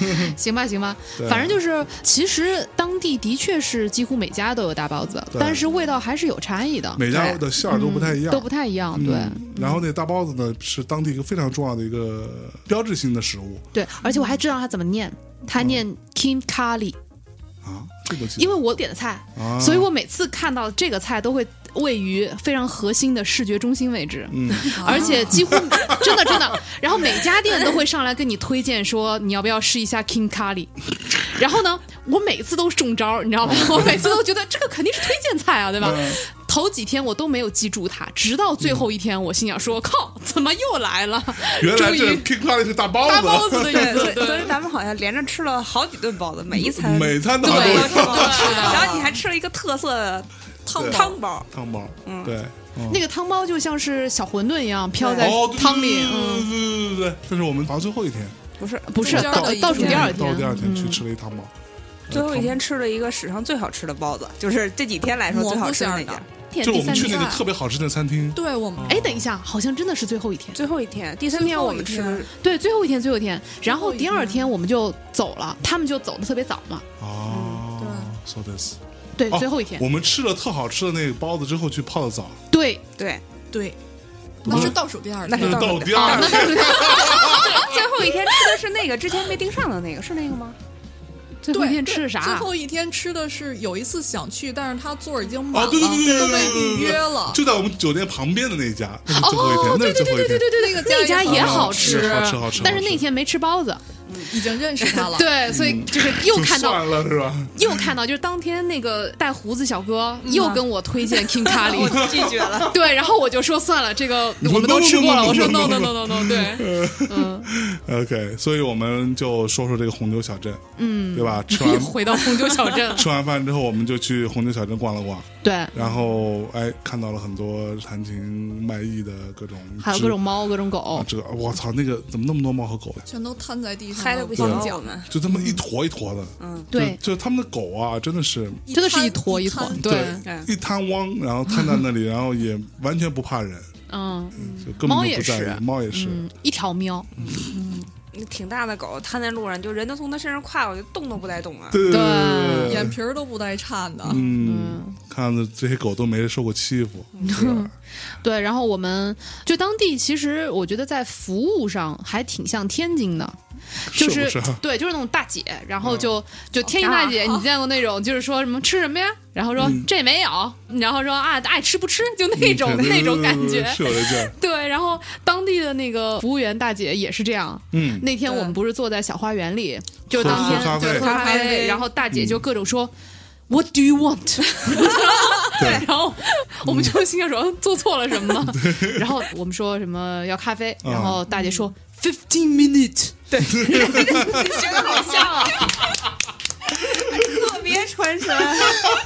嗯行吧，行吧对，反正就是，其实当地的确是几乎每家都有大包子，对但是味道还是有差异的，嗯每家的馅儿都不太一样，都不太一样。对、嗯然后那大包子呢，是当地一个非常重要的一个标志性的食物对，而且我还知道它怎么念，它念嗯 Kim Kali，啊，这个记得因为我点的菜，啊，所以我每次看到这个菜都会位于非常核心的视觉中心位置。嗯，啊而啊且 [laughs] 几乎真的真的，然后每家店都会上来跟你推荐说你要不要试一下 King Curry，然后呢，我每次都中招，你知 [laughs] 道吗？我每次都觉得这个肯定是推荐菜啊，对吧？嗯头几天我都没有记住它，直到最后一天，我心想说靠，怎么又来哦了？原来终这于 King Curry 是大包大包子，子的意对，所思，以所以咱们好像连着吃了好几顿包子，每一餐每餐都对好多对都吃包子对然后你还吃了一个特色汤对汤包，汤包，对，嗯那个汤包就像是小馄饨一样飘在哦，对汤里，对嗯，对对对对，这是我们好像最后一天，不是不是中间的倒一倒数天第二到天，第二天去嗯吃了一汤包，最后一天吃了一个史上最好吃的包子，就是这几天来说最好吃那蘑菇馅儿家的。就我第们三去那天个。特别好吃的餐厅，对我们哎，等一下，好像真的是最后一天。最后一天，第三天我们吃最后一的对，最后一天，最后一天，然后最后一第二天天我们就走了，他们就走的特别早嘛。哦，so this，对，哦最后一天，我们吃了特好吃的那个包子之后去泡的澡，对，对，对，不那是是倒数第二那天是那到到了第二天。最后一天吃的是那个之前没盯上的那个，是那个 [laughs] 吗？最后一天吃的啥？最后一天吃的是有一次想去，但是他座儿已经满哦，了，对对对对都对对对被对预约了。就在我们酒店旁边的那一家，那是最后一天，哦，那对是对最后对一对天，对对对，那家也好吃，吃好吃好吃但是好吃那天没吃包子，已经认识他了。对，所以就是又就看到算了是吧？又看到，就是当天那个带胡子小哥又跟我推荐 King Curry，拒绝了。对，然后我就说算了，这个你说我们都 no，no，吃过 no，了，我说 no，no， no no no no no，对，嗯 OK，所以我们就说说这个红牛小镇，嗯，对吧？吃完，[laughs] 回到红酒小镇吃完饭之后，我们就去红牛小镇逛了逛，对，然后哎，看到了很多弹琴卖艺的各种植，还有各种猫，各种狗啊，，这个我操，那个怎么那么多猫和狗呀？全都瘫在地 [laughs] 上，嗨的不行对了，光脚我们就这么一坨一坨的，嗯，对，就就他们的狗啊，真的是真的是摊一坨一坨摊，对，嗯一滩汪，然后瘫在那里，然后也完全不怕 [laughs] 人，嗯，就根猫本就也不在是意，猫也是，嗯，一条喵，那挺大的狗瘫在路上，就人都从它身上跨过去，动都不带动啊。对对眼皮儿都不带颤的。嗯，看着这些狗都没受过欺 [laughs] 负，是吧对，然后我们就当地，其实我觉得在服务上还挺像天津的，就是是不 [laughs] 是啊对，就是那种大姐，然后嗯就、就天津大姐，好大啊你见过那种就是说什么吃什么呀？然后说、嗯这没有，然后说啊爱吃不吃，就那种、嗯对那种感对对对觉。是有这劲儿。对，然后当地的那个服务员大姐也是这样。嗯，那天我们不是坐在小花园里，就喝当天喝咖对啡喝咖喝咖啡，啡然后大姐就各种说。What do you want？ [laughs] 对然后我们就心想说嗯做错了什么吗？然后我们说什么要咖啡，嗯然后大姐说 fifteen minute，觉得好像啊，特别传神。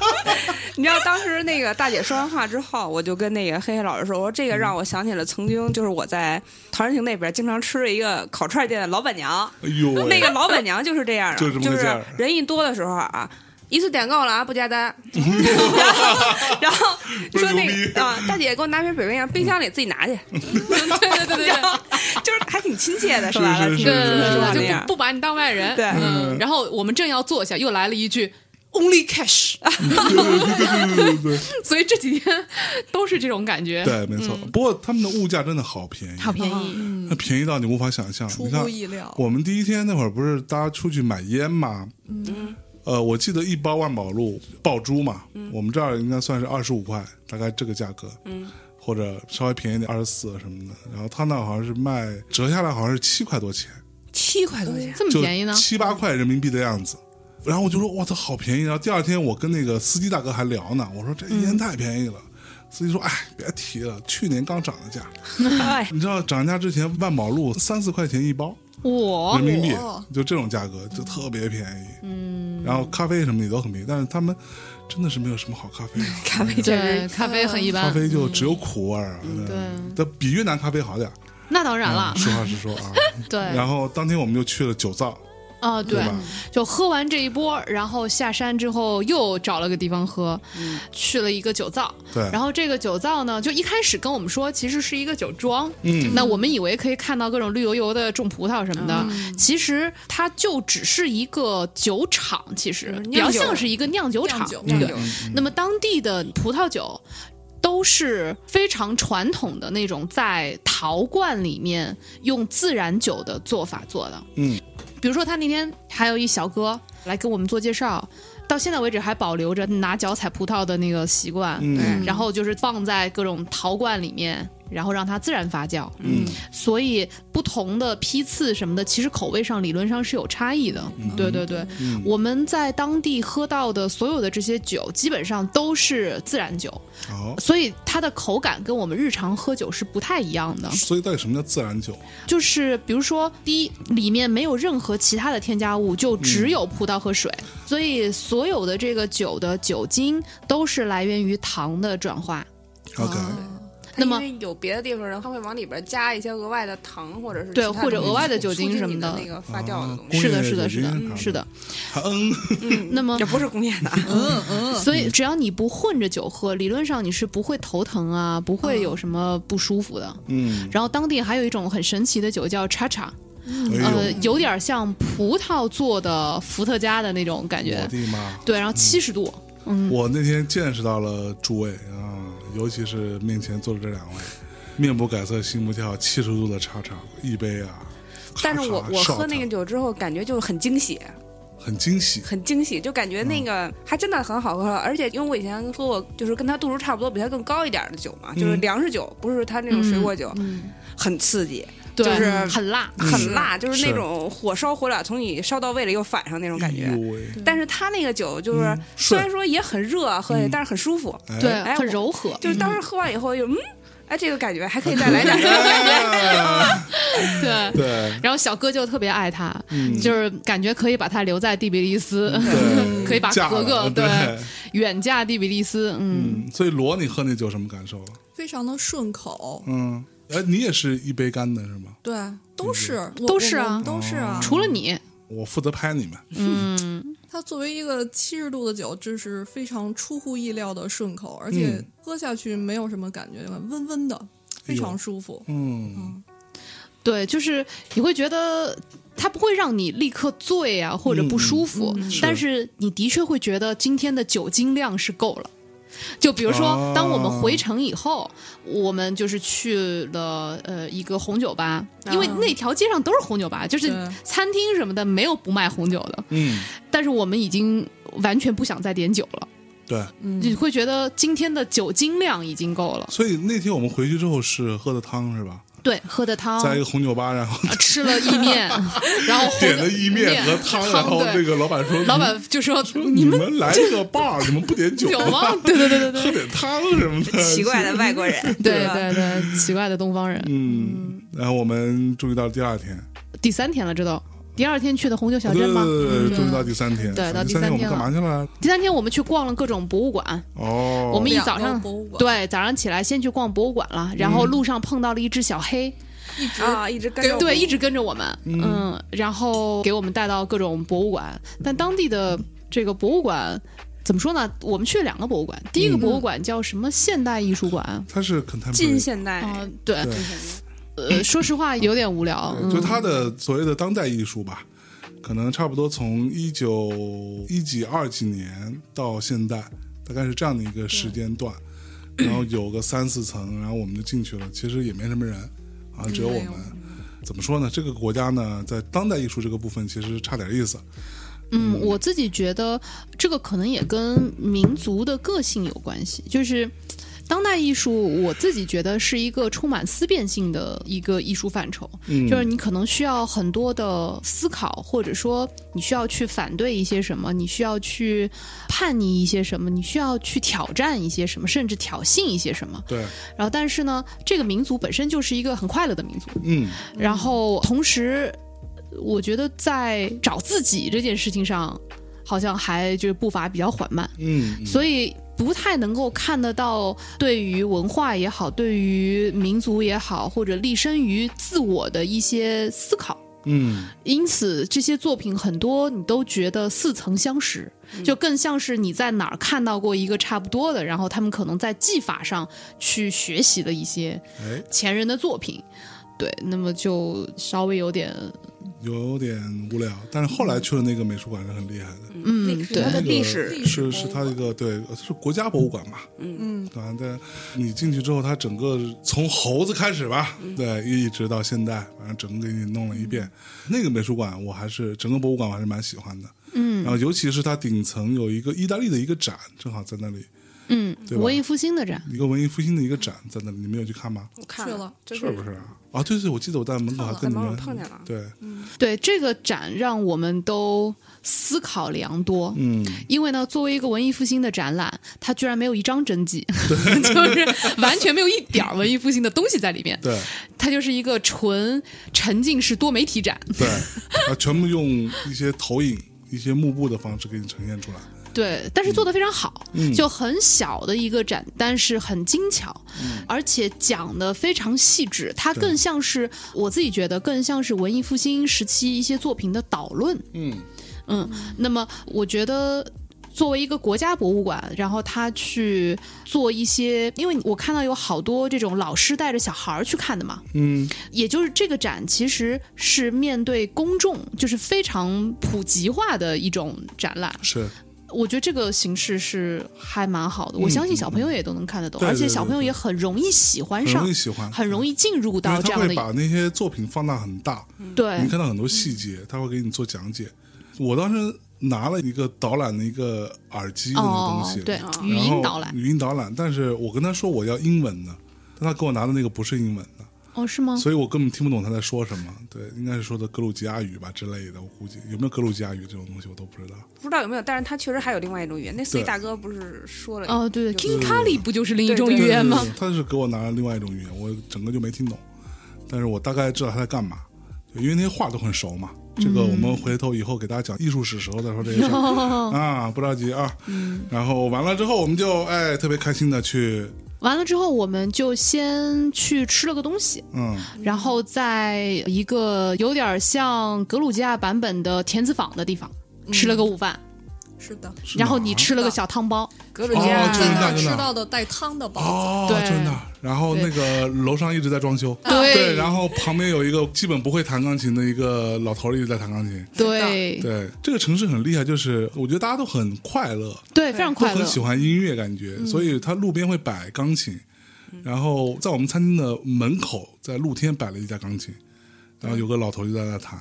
[laughs] 你知道当时那个大姐说完话之后，我就跟那个黑黑老师说，我说这个让我想起了曾经就是我在陶然亭那边经常吃的一个烤串店的老板娘，哎呦喂， [laughs] 那个老板娘就是这样的，就是这么就个是劲儿人一多的时候啊。一次点够了啊，不 [laughs] 加单。然后，然后说不是牛那逼个啊，大姐给我拿瓶北冰洋，冰箱里自己拿 [laughs] 去。对对对对对，就是还挺亲切的，说白了，是是挺是对对是说是白对嗯了那对，就样不不把你当外人。对嗯，然后我们正要坐下，又来了一句 “Only cash”，对对对对对对对嗯所以这几天都是这种感觉，对，没错。不过他们的物价真的好便宜，好便宜。那便宜到你无法想象。出你看乎，意料。我们第一天那会儿不是大家出去买烟嘛？嗯。呃，我记得一包万宝路爆珠嘛，我们这儿应该算是二十五块，大概这个价格。嗯。或者稍微便宜点二十四啊什么的，然后他那好像是卖折下来好像是七块多钱，七块多钱，这么就便宜呢？七八块人民币的样子。然后我就说，哇，操，好便宜！然后第二天我跟那个司机大哥还聊呢，我说这烟太便宜了。司机说：“哎，别提了，去年刚涨的价。哎，你知道涨价之前，万宝路三四块钱一包我人民币哦，就这种价格，就特别便宜。嗯，然后咖啡什么也都很便宜，但是他们真的是没有什么好咖啡啊，咖啡真对 [laughs] 是咖啡很一咖般，嗯啡就只有苦味儿啊。对，但比越南咖啡好点儿。那当然了嗯，实话实说啊。 [laughs] 对，然后当天我们就去了酒造，啊，对吧，就喝完这一波，然后下山之后又找了个地方喝，嗯去了一个酒造。对然后这个酒造呢，就一开始跟我们说，其实是一个酒庄。嗯，那我们以为可以看到各种绿油油的种葡萄什么的，嗯其实它就只是一个酒厂，其实嗯比较酿酒像是一个酿酒厂酿。酒对酿酒那么当地的葡萄酒都是非常传统的那种，在陶罐里面用自然酒的做法做的。嗯，比如说他那天还有一小哥来给我们做介绍，到现在为止还保留着拿脚踩葡萄的那个习惯，嗯然后就是放在各种陶罐里面。然后让它自然发酵，嗯，所以不同的批次什么的，其实口味上理论上是有差异的。对对对，嗯我们在当地喝到的所有的这些酒，基本上都是自然酒，好。所以它的口感跟我们日常喝酒是不太一样的。所以到底什么叫自然酒？就是比如说，第一，里面没有任何其他的添加物，就只有葡萄和水，所以所有的这个酒的酒精都是来源于糖的转化。哦 OK，、嗯那么因为有别的地方人他会往里边加一些额外的糖或者是对其他或者东西额外的促酒精促进什么你的的那个发酵的哦东西，是的，工业是的，酒是的精啥，是的。还嗯，那么 [laughs] 也不是工业的啊，嗯嗯，所以只要你不混着酒喝，理论上你是不会头疼啊，不会嗯有什么不舒服的。嗯，然后当地还有一种很神奇的酒叫叉叉，哎呃呦，，有点像葡萄做的伏特加的那种感我觉。的妈！对，然后七十度，我那天见识到了诸位啊，尤其是面前坐的这两位，面不改色心不跳，七十度的叉叉一杯啊！但是我咔咔我喝 shot 那个酒之后感觉就是很惊喜，很惊喜，很惊喜，就感觉那个还真的很好喝，而且因为我以前喝过，就是跟它度数差不多，比它更高一点的酒嘛，就是粮食酒，不是它那种水果酒，很刺激，对，就是很辣。嗯很辣，就是那是种火烧火燎，从你烧到胃里又反上那种感哎觉。呦喂，但是它那个酒就是嗯虽顺然说也很热啊，喝下去，但是很舒服，哎对，哎很我柔和。就是当时喝完以后就嗯，哎，这个感觉还可以再来点儿。 [laughs] 哎对。 [laughs] 对然后小哥就特别爱他，嗯就是感觉可以把他留在第比利斯，嗯对， [laughs] 可以把嫁格格了对，远嫁第比利斯。嗯，嗯，所以罗，你喝那酒什么感受？非常的顺口，嗯，哎，你也是一杯干的是吗？对，都嗯是我都是啊我们都是啊。哦除了你，我负责拍你们，它作为一个七十度的酒，这是非常出乎意料的顺口，而嗯且喝下去没有什么感觉，温温的，哎非常舒服。嗯，对，就是你会觉得它不会让你立刻醉啊，或者不舒服，嗯但是你的确会觉得今天的酒精量是够了。就比如说哦，当我们回城以后，我们就是去了呃一个红酒吧，因为哦那条街上都是红酒吧，就是对餐厅什么的没有不卖红酒的。嗯，但是我们已经完全不想再点酒了，对，你会觉得今天的酒精量已经够了。所以那天我们回去之后是喝的汤是吧？对，喝的汤，在一个红酒吧，然后啊吃了意面，然后红点了意面和汤，然后对那个老板说：“老板就说你你们们来一个 [laughs] bar，你们不点酒有吗？对对对对 [laughs] 喝对点汤什么的。” [laughs] 奇怪的外国人，对吧？对对，奇怪的东方人。嗯，然后我们注意到第二天，第三天了，这都第二天去的红酒小对镇吗？嗯对对，注意到第三天，对到第第三三天天我们干嘛去了？第三天我们去逛了各种博物馆，哦，我们一两早个上博物馆对早上起来先去逛博物馆了，然后路上碰到了一只小黑，一直啊，一直跟给着我对，嗯一直跟着我们，嗯，然后给我们带到各种博物馆，但当地的这个博物馆。怎么说呢？我们去了两个博物馆，第一个嗯博物馆叫什么现代艺术馆啊、它是 contemporary，近现代，嗯对，对嗯呃，说实话有点无聊，对嗯就它的所谓的当代艺术吧，可能差不多从一九一几二几年到现在，大概是这样的一个时间段，嗯然后有个三四层，然后我们就进去了，其实也没什么人啊，嗯只有我们没有。怎么说呢？这个国家呢，在当代艺术这个部分其实差点意思。嗯，我自己觉得这个可能也跟民族的个性有关系，就是。当代艺术，我自己觉得是一个充满思辨性的一个艺术范畴，嗯就是你可能需要很多的思考，或者说你需要去反对一些什么，你需要去叛逆一些什么，你需要去挑战一些什么，甚至挑衅一些什么。对，然后，但是呢，这个民族本身就是一个很快乐的民族，嗯，然后同时，我觉得在找自己这件事情上，好像还就是步伐比较缓慢，嗯，所以不太能够看得到对于文化也好，对于民族也好，或者立身于自我的一些思考。嗯，因此，这些作品很多你都觉得似曾相识，就更像是你在哪儿看到过一个差不多的，然后他们可能在技法上去学习的一些哎，前人的作品。对，那么就稍微有点，有点无聊。但是后来去了那个美术馆是很厉害的，嗯，对对它，的那个历史是是它的一个对是国家博物馆吧？嗯，对啊，但你进去之后，它整个从猴子开始吧，对，一直到现在，反正整个给你弄了一遍。那个美术馆我还是整个博物馆我还是蛮喜欢的，嗯，然后尤其是它顶层有一个意大利的一个展，正好在那里，嗯，对吧文艺复兴的展，一个文艺复兴的一个展在那里，你们有去看吗？我看去了，真是不是啊？啊，对对，我记得我在门口还在跟你门们口碰见了。对，对这个展让我们都思考良多。嗯，因为呢，作为一个文艺复兴的展览，它居然没有一张 [laughs] 真迹，就是完全没有一点儿文艺复兴的东西在里面。对它就是一个纯沉浸式多媒体展。 [laughs] 对，啊，全部用一些投影、一些幕布的方式给你呈现出来。对，但是做得非常好，嗯就很小的一个展，但是很精巧，而且讲的非常细致。它嗯对更像是我自己觉得更像是文艺复兴时期一些作品的导论。嗯嗯，那么我觉得。作为一个国家博物馆，然后他去做一些，因为我看到有好多这种老师带着小孩儿去看的嘛，嗯也就是这个展其实是面对公众，就是非常普及化的一种展览。是，我觉得这个形式是还蛮好的，我嗯相信小朋友也都能看得懂，对对而且小朋友也很容易喜欢很上容易，喜欢，嗯很容易进入因到为他这样的会一把那些作品放大很大，对嗯你，看到很多细节，他会给你做讲解。我当时拿了一个导览的一个耳机的那个哦东西，，对然，后语音导览，语音导览。但是我跟他说我要英文的，但他给我拿的那个不是英文的，哦，是吗？所以我根本听不懂他在说什么。对，应该是说的格鲁吉亚语吧之类的，我估计有没有格鲁吉亚语这种东西我都不知道。不知道有没有，但是他确实还有另外一种语言。那司对机大哥不是说了一个，哦，对有，King 对 Kali 不就是另一种对语对言吗对？对对他是给我拿了另外一种语言，我整个就没听懂，但是我大概知道他在干嘛，对因为那些话都很熟嘛。嗯这个我们回头以后给大家讲艺术史时候再说这 [laughs] 个事儿、哦啊，不着急啊。嗯然后完了之后，我们就哎特别开心的去，完了之后，我们就先去吃了个东西，嗯，然后在一个有点像格鲁吉亚版本的田子坊的地方吃了个午饭，是的，是然后哪儿你啊吃了个小汤包，格鲁吉亚、啊哦真的那真的吃到的带汤的包子，哦，对真的。然后那个楼上一直在装修，对对，然后旁边有一个基本不会弹钢琴的一个老头儿一直在弹钢琴。对对，这个城市很厉害，就是我觉得大家都很快乐，对，非常都快乐嗯很，喜欢音乐感觉，所以他路边会摆钢琴，然后在我们餐厅的门口，在露天摆了一架钢琴，然后有个老头就在那弹，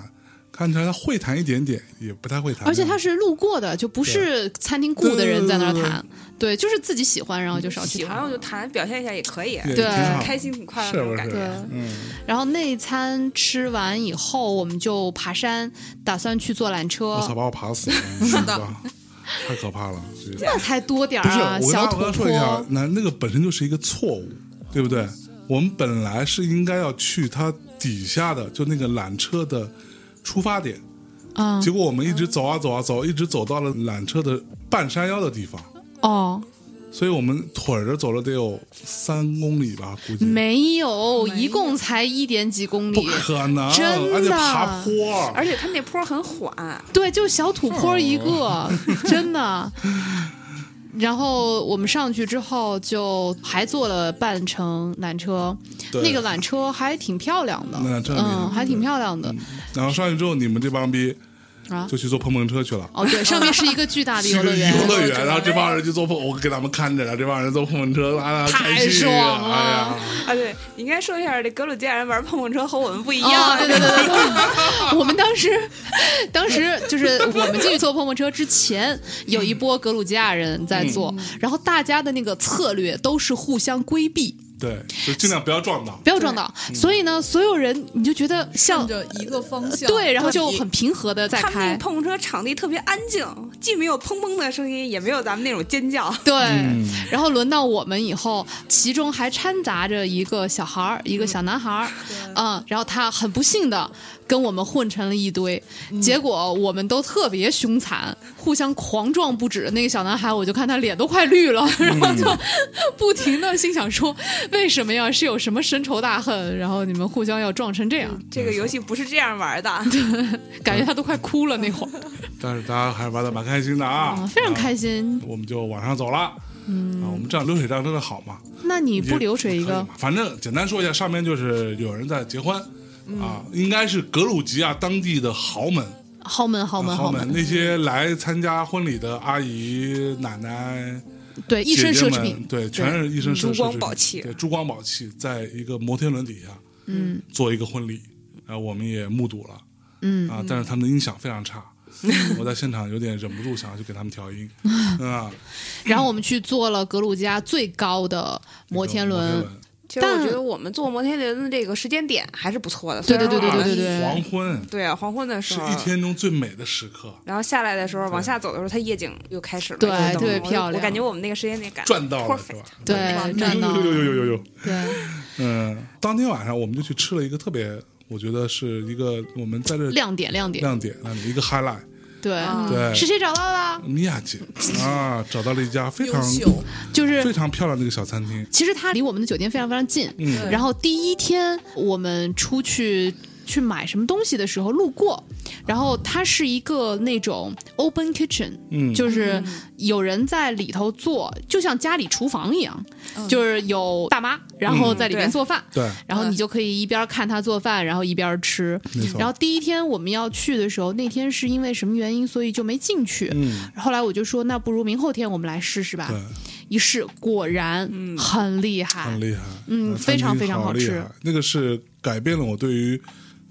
看起来他会弹一点点，也不太会弹，而且他是路过的，就不是餐厅雇的人在那儿弹，对，就是自己喜欢，然后就少去喜欢我弹。就弹，表现一下也可以，也对挺好，开心挺快乐是那种不感是？觉。对嗯，然后那一餐吃完以后，我们就爬山，打算去坐缆我操，车。把我爬死了，是 [laughs] 的吧太可怕了，这个那才多点不儿是，啊，我跟大小家我土跟大家说一下坡，。那那个本身就是一个错误，对不对？我们本来是应该要去它底下的，就那个缆车的出发点，嗯结，果我们一直走啊走啊走，一直走到了缆车的半山腰的地方，哦，所以我们腿着走了得有三公里吧，估计没有，没有一共才一点几公不里。可能，真的而且爬坡，而且它那坡很缓，啊对，就是小土坡一个，真的。 [laughs] 然后我们上去之后，就还坐了半程缆车，对那个缆车还挺漂亮的，那缆车很厉害嗯，还挺漂亮的然后上去之后，你们这帮逼啊就。去坐碰碰车去了。哦，对，上面是一个巨大的去游 [laughs] 乐园，游乐园，然后这帮人就坐碰，我给他们看着，然后这帮人坐碰碰车，啊，太开心爽了哎呀，啊，对，你应该说一下，这格鲁吉亚人玩碰碰车和我们不一样。哦，对对对对对，我们当时，当时就是我们进去坐碰碰车之前，有一波格鲁吉亚人在坐，然后大家的那个策略都是互相规避，对，就尽量不要撞到。不要撞到。所以呢，所有人你就觉得像嗯向着一个方向，对，然后就你很平和的在他们那开个。碰碰车场地特别安静，既没有砰砰的声音，也没有咱们那种尖叫。对，然后轮到我们以后，其中还掺杂着一个小孩儿，一个小男孩儿，嗯，然后他很不幸的跟我们混成了一堆，嗯结果我们都特别凶残，互相狂撞不止。那个小男孩，我就看他脸都快绿了，然后就不停的心想说，为什么呀？是有什么深仇大恨？然后你们互相要撞成这样，这个游戏不是这样玩 [laughs] 的，感觉他都快哭了那会儿，但是大家还玩的蛮开心的啊，嗯，非常心。开心。我们就往上走了。嗯啊，我们这样流水账真的好嘛？那你不也流水一可以个嘛？反正简单说一下，上面就是有人在结婚。嗯啊，应该是格鲁吉亚当地的豪门，豪门，豪门，啊豪豪门，那些来参加婚礼的阿姨、奶奶、对，一身姐姐奢们嗯侈品，嗯对，全是一身奢侈品，珠光宝气对，珠光宝气，在一个摩天轮底下，嗯，做一个婚礼，然后我们也目睹了，嗯啊，但是他们的音响非常 [laughs] 差，我在现场有点忍不住想要去给他们调音，嗯啊， [laughs] 然后我们去坐了格鲁吉亚最高的摩天摩轮天，轮，其实我但觉得我们坐摩天轮的这个时间点还是不错的。对对虽对然对对晚对黄昏对啊黄昏的时是候一天中最美的时刻，然后下来的时嗯候，往下走的时候，它夜景又开始了，对就特别我就漂亮我感觉我们那个时间点感赚到了是 perfect 吧？对，有站到有有有有有，对，嗯，当天晚上我们就去吃了一个特别，我觉得是一个我们在这亮点亮点，亮点亮点一个 highlight，对，啊对，是谁找到的？米娅姐啊，找到了一家非常优秀，就是非常漂亮的一个小餐厅，其实它离我们的酒店非常非常近。嗯，然后第一天我们出去去买什么东西的时候路过，然后它是一个那种 open kitchen，嗯就是有人在里头做，就像家里厨房一样，就是有大妈然后在里面对做饭。对，然后你嗯就可以一边看他做饭，然后一边吃没错。然后第一天我们要去的时候，那天是因为什么原因，所以就没进去。嗯，后来我就说，那不如明后天我们来试试吧。对。一试果然很厉害很，厉害，嗯那非常餐厅非常好好厉吃害。那个是改变了我对于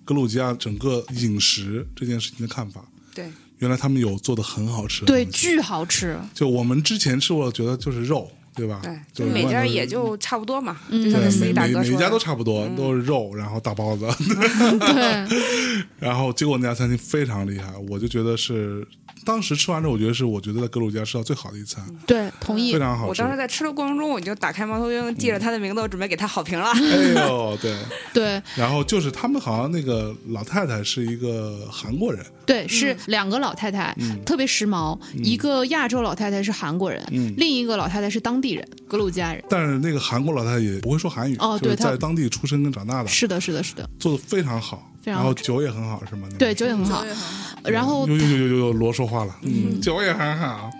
格鲁吉亚整个饮食这件事情的看法。对，原来他们有做的很好吃的对，东西巨好吃。就我们之前吃过，觉得就是肉，对吧？对，就就是每万家能也对就差不多嘛，嗯就像那司每机大每哥每一说家都的，差不多，都是肉，然后大包 [laughs] 子，对， [laughs] 然后结果那家餐厅非常厉害，我就觉得是当时吃完之后，我觉得是我觉得在格鲁吉亚吃到最好的一餐，对，同意非。常好我吃。嗯当时在吃的过程中，我就打开猫头鹰，记着他的名字，我准备给他好评了。哎呦，对，对然后就是他们好像那个老太太是一个韩国人，对，是两个老太太，特别时髦。一个亚洲老太太是韩国人，另一个老太太是当地人，格鲁吉亚人。但是那个韩国老太太也不会说韩语，哦就是对她在当地出生跟长大的，是的，是的，是的，做的非常好，非常然好后吃酒也很好，是吗？对，酒也很好对。很好然后有有有有有罗说话了，嗯，酒也很好，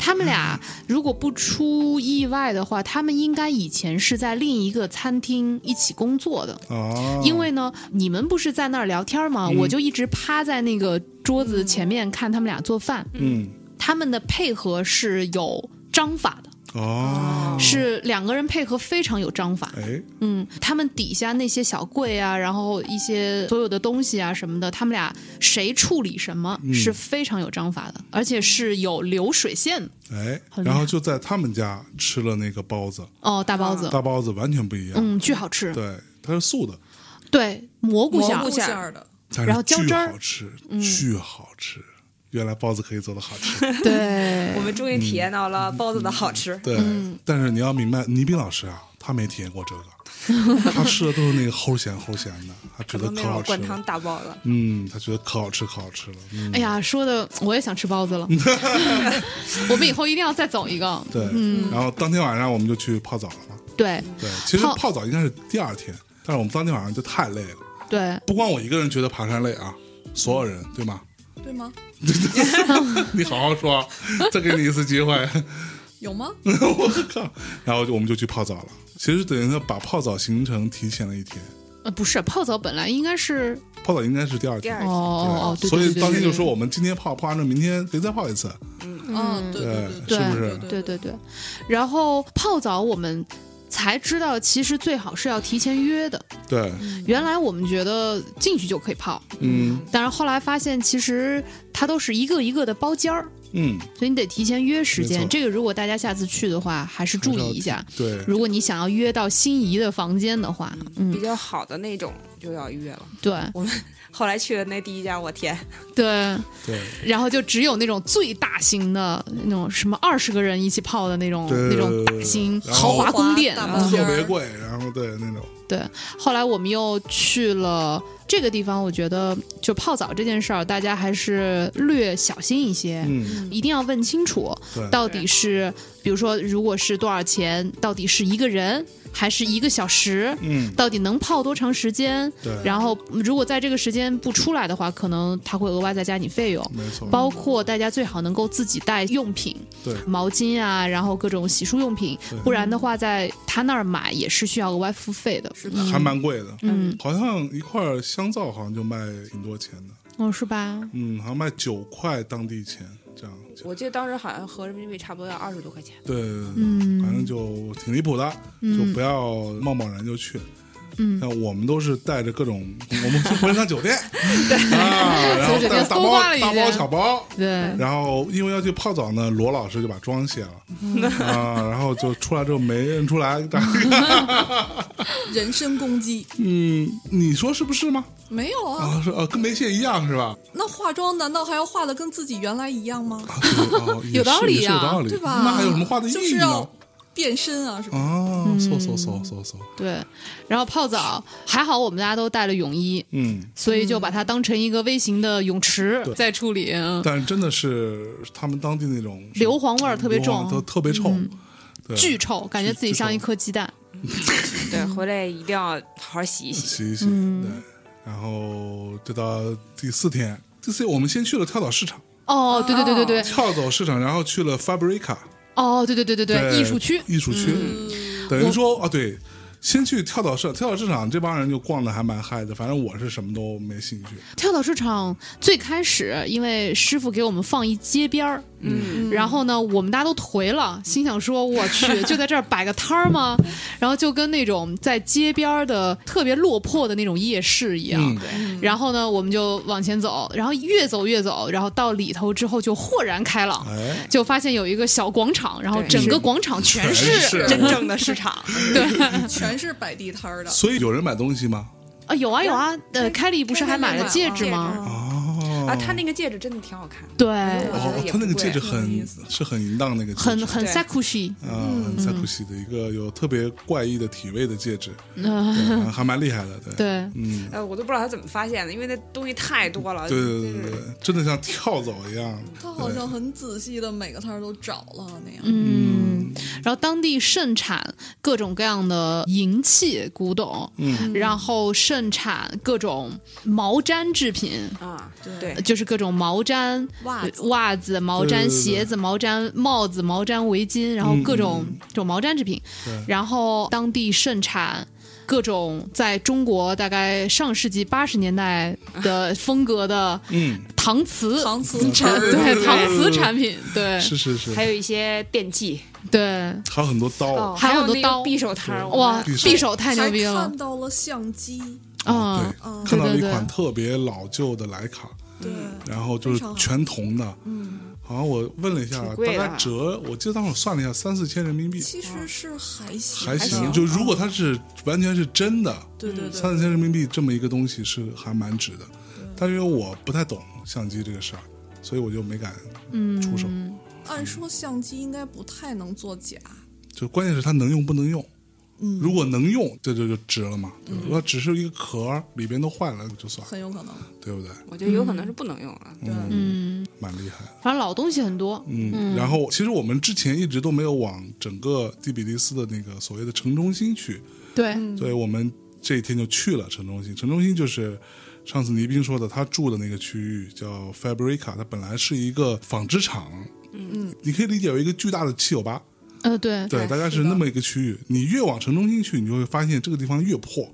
他们俩如果不出意外的话，他们应该以前是在另一个餐厅一起工作的。哦，因为呢，你们不是在那儿聊天吗？我就一直趴在那个桌子前面看他们俩做饭。嗯他们的配合是有章法的，哦，是两个人配合非常有章法。哎，嗯，他们底下那些小柜啊，然后一些所有的东西啊什么的，他们俩谁处理什么、是非常有章法的，而且是有流水线的。哎，很厉害然后就在他们家吃了那个包子，哦，大包子，大包子完全不一样，嗯，巨好吃。对，它是素的，对，蘑菇馅蘑儿菇馅儿馅儿的，但然后是浇巨汁儿嗯好吃，巨好吃。原来包子可以做的好 [laughs] 吃，对我们终于嗯体验到了包子的好吃，嗯对。但是你要明白，倪斌老师啊，他没体验过这个， [laughs] 他吃的都是那个齁咸齁咸的，他觉可得能没可好有吃灌汤了。大爆了。嗯，他觉得可好吃可好吃了。嗯，哎呀，说的我也想吃包子 [laughs] 了。我们以后一定要再走一个。对。然后当天晚上我们就去泡澡了嘛。对对，其实嗯泡泡澡应该是第二天，但是我们当天晚上就太累了，对，不光我一个人觉得爬山累啊，所有人对吗？对吗？ [laughs] 你好好说，再给你一次机会。有吗？我靠！ [laughs] 然后就我们就去泡澡了。其实等于说把泡澡行程提前了一天，呃，不是泡澡本来应该是泡澡应该是第二第天二。哦天，哦哦，对所对以对当对天就对说我们今天泡，泡完之后明天可以再泡一次。嗯，对对对对，是不是对对对，然后泡澡我们才知道，其实最好是要提前约的。对，原来我们觉得进去就可以泡，嗯但是后来发现其实它都是一个一个的包间儿，嗯，所以你得提前约时没间。错这个如果大家下次去的话，还是注还是意要一下。对，如果你想要约到心仪的房间的话，嗯比，较好的那种就要约了。对后来去的那第一家，我天，对，对，然后就只有那种最大型的那种什么二十个人一起泡的那种对那种大型然豪后华宫殿，大嗯包间特别贵，然后对那种，对，后来我们又去了这个地方，我觉得就泡澡这件事儿，大家还是略小心一些，嗯，一定要问清楚对到底是，比如说如果是多少钱，到底是一个人还是一个小时，嗯，到底能泡多长时间。对，然后，如果在这个时间不出来的话，可能他会额外再加你费用。没错，包括大家最好能够自己带用品，对毛巾啊，然后各种洗漱用品对，不然的话，在他那儿买也是需要额外付费的。是的，还蛮贵的，嗯，好像一块香皂好像就卖挺多钱的，哦，是吧？嗯，好像卖九块当地钱这样。我记得当时好像合人民币差不多要二十多块钱。对，嗯反正就挺离谱的，就不要贸贸然就去。嗯那我们都是带着各种，我们先回了趟酒 [laughs] 店，啊，然后从酒店带着大搜包刮了一大包下小包，对，然后因为要去泡澡呢，罗老师就把妆卸了、嗯啊，然后就出来之后没认出来，大 [laughs] 家人身攻击嗯，你说是不是吗？没有啊？啊，是呃、跟没卸一样是吧？那化妆难道还要化的跟自己原来一样吗？啊对哦、也是有道理啊也是有道理，对吧？那还有什么话的意就是义呢要？变身啊，是吧？啊，嗯嗖嗖嗖嗖嗖，对，然后泡澡还好，我们大家都带了泳衣，嗯，所以就把它当成一个微型的泳池对在处理。嗯但真的是他们当地那种硫磺味儿特别硫啊磺都重，特别臭，对，巨臭，感觉自己像一颗鸡蛋。对，回来一定要好好洗一洗。洗一洗，嗯对。然后就到第四天，第四天我们先去了跳蚤市场，哦，对对对对对，跳蚤市场，然后去了 Fabrica 啊哦，对对对对对，艺术区，嗯艺术区，嗯等于说啊，对。先去跳蚤市场，跳蚤市场这帮人就逛的还蛮嗨的，反正我是什么都没兴趣。跳蚤市场最开始，因为师傅给我们放一街边儿，嗯，然后呢，我们大家都颓了，心想说：“我 [laughs] 去，就在这儿摆个摊儿吗？”然后就跟那种在街边儿的特别落魄的那种夜市一样。嗯，然后呢，我们就往前走，然后越走越走，然后到里头之后就豁然开朗，哎，就发现有一个小广场，然后对整个是广场全全是是真正的市场，嗯全是摆地摊儿的。所以有人买东西吗？啊，有啊有啊，呃，凯莉不是还买了戒指吗？啊？哦，啊，他那个戒指真的挺好看。对，我觉得哦，也他那个不贵戒指挺有很意思是很淫荡那个戒指，很很对 sakushi，啊，塞浦西的一个有特别怪异的体味的戒指，嗯、对还还蛮厉害的，对，对，嗯，呃，我都不知道他怎么发现的，因为那东西太多了。对对对对对，真的像跳蚤一样，他好像很仔细的每个摊儿都找了那样。嗯，然后当地盛产各种各样的银器古董，嗯，然后盛产各种毛毡制品，啊，对对，就是各种毛毡、袜子袜子、毛对对毡、对嗯鞋子、毛毡、帽子、毛毡、围巾，然后各种这种毛毡制品对，然后当地盛产。各种在中国大概上世纪八十年代的风格的嗯，搪瓷，搪瓷产产对 [laughs] 对对搪瓷产品，对是是是，还有一些电器，对，还有很多刀，还有哦有很多那个刀匕首摊儿，我哇，们匕匕首首太牛还逼了看，到了相机，嗯，对，嗯看到了一对对款对特别老旧的徕卡，嗯对，然后就是全铜的，嗯，好像我问了一下，挺大贵的概折，我记得当时我算了一下，三四千人民币。其实是还行，啊还行，行就嗯如果它是完全是真的，对对三对四千人民币这么一个东西是还蛮值的。但是因为我不太懂相机这个事儿，所以我就没敢出手。嗯按说相机应该不太能作假，就关键是它能用不能用，嗯如果能用，这就就值了嘛。对吧如果只是一个壳儿里边都坏了，就算了，很有可能。对不对？我觉得有可能是不能用了。对，嗯，蛮厉害的。反正老东西很多，嗯，然后其实我们之前一直都没有往整个第比利斯的那个所谓的城中心去，对，所以我们这一天就去了城中心。城中心就是上次倪斌说的，他住的那个区域叫 Fabrica，它本来是一个纺织厂，嗯，你可以理解为一个巨大的七九八，呃，对对，哎大概是是那的么一个区域。你越往城中心去，你就会发现这个地方越破。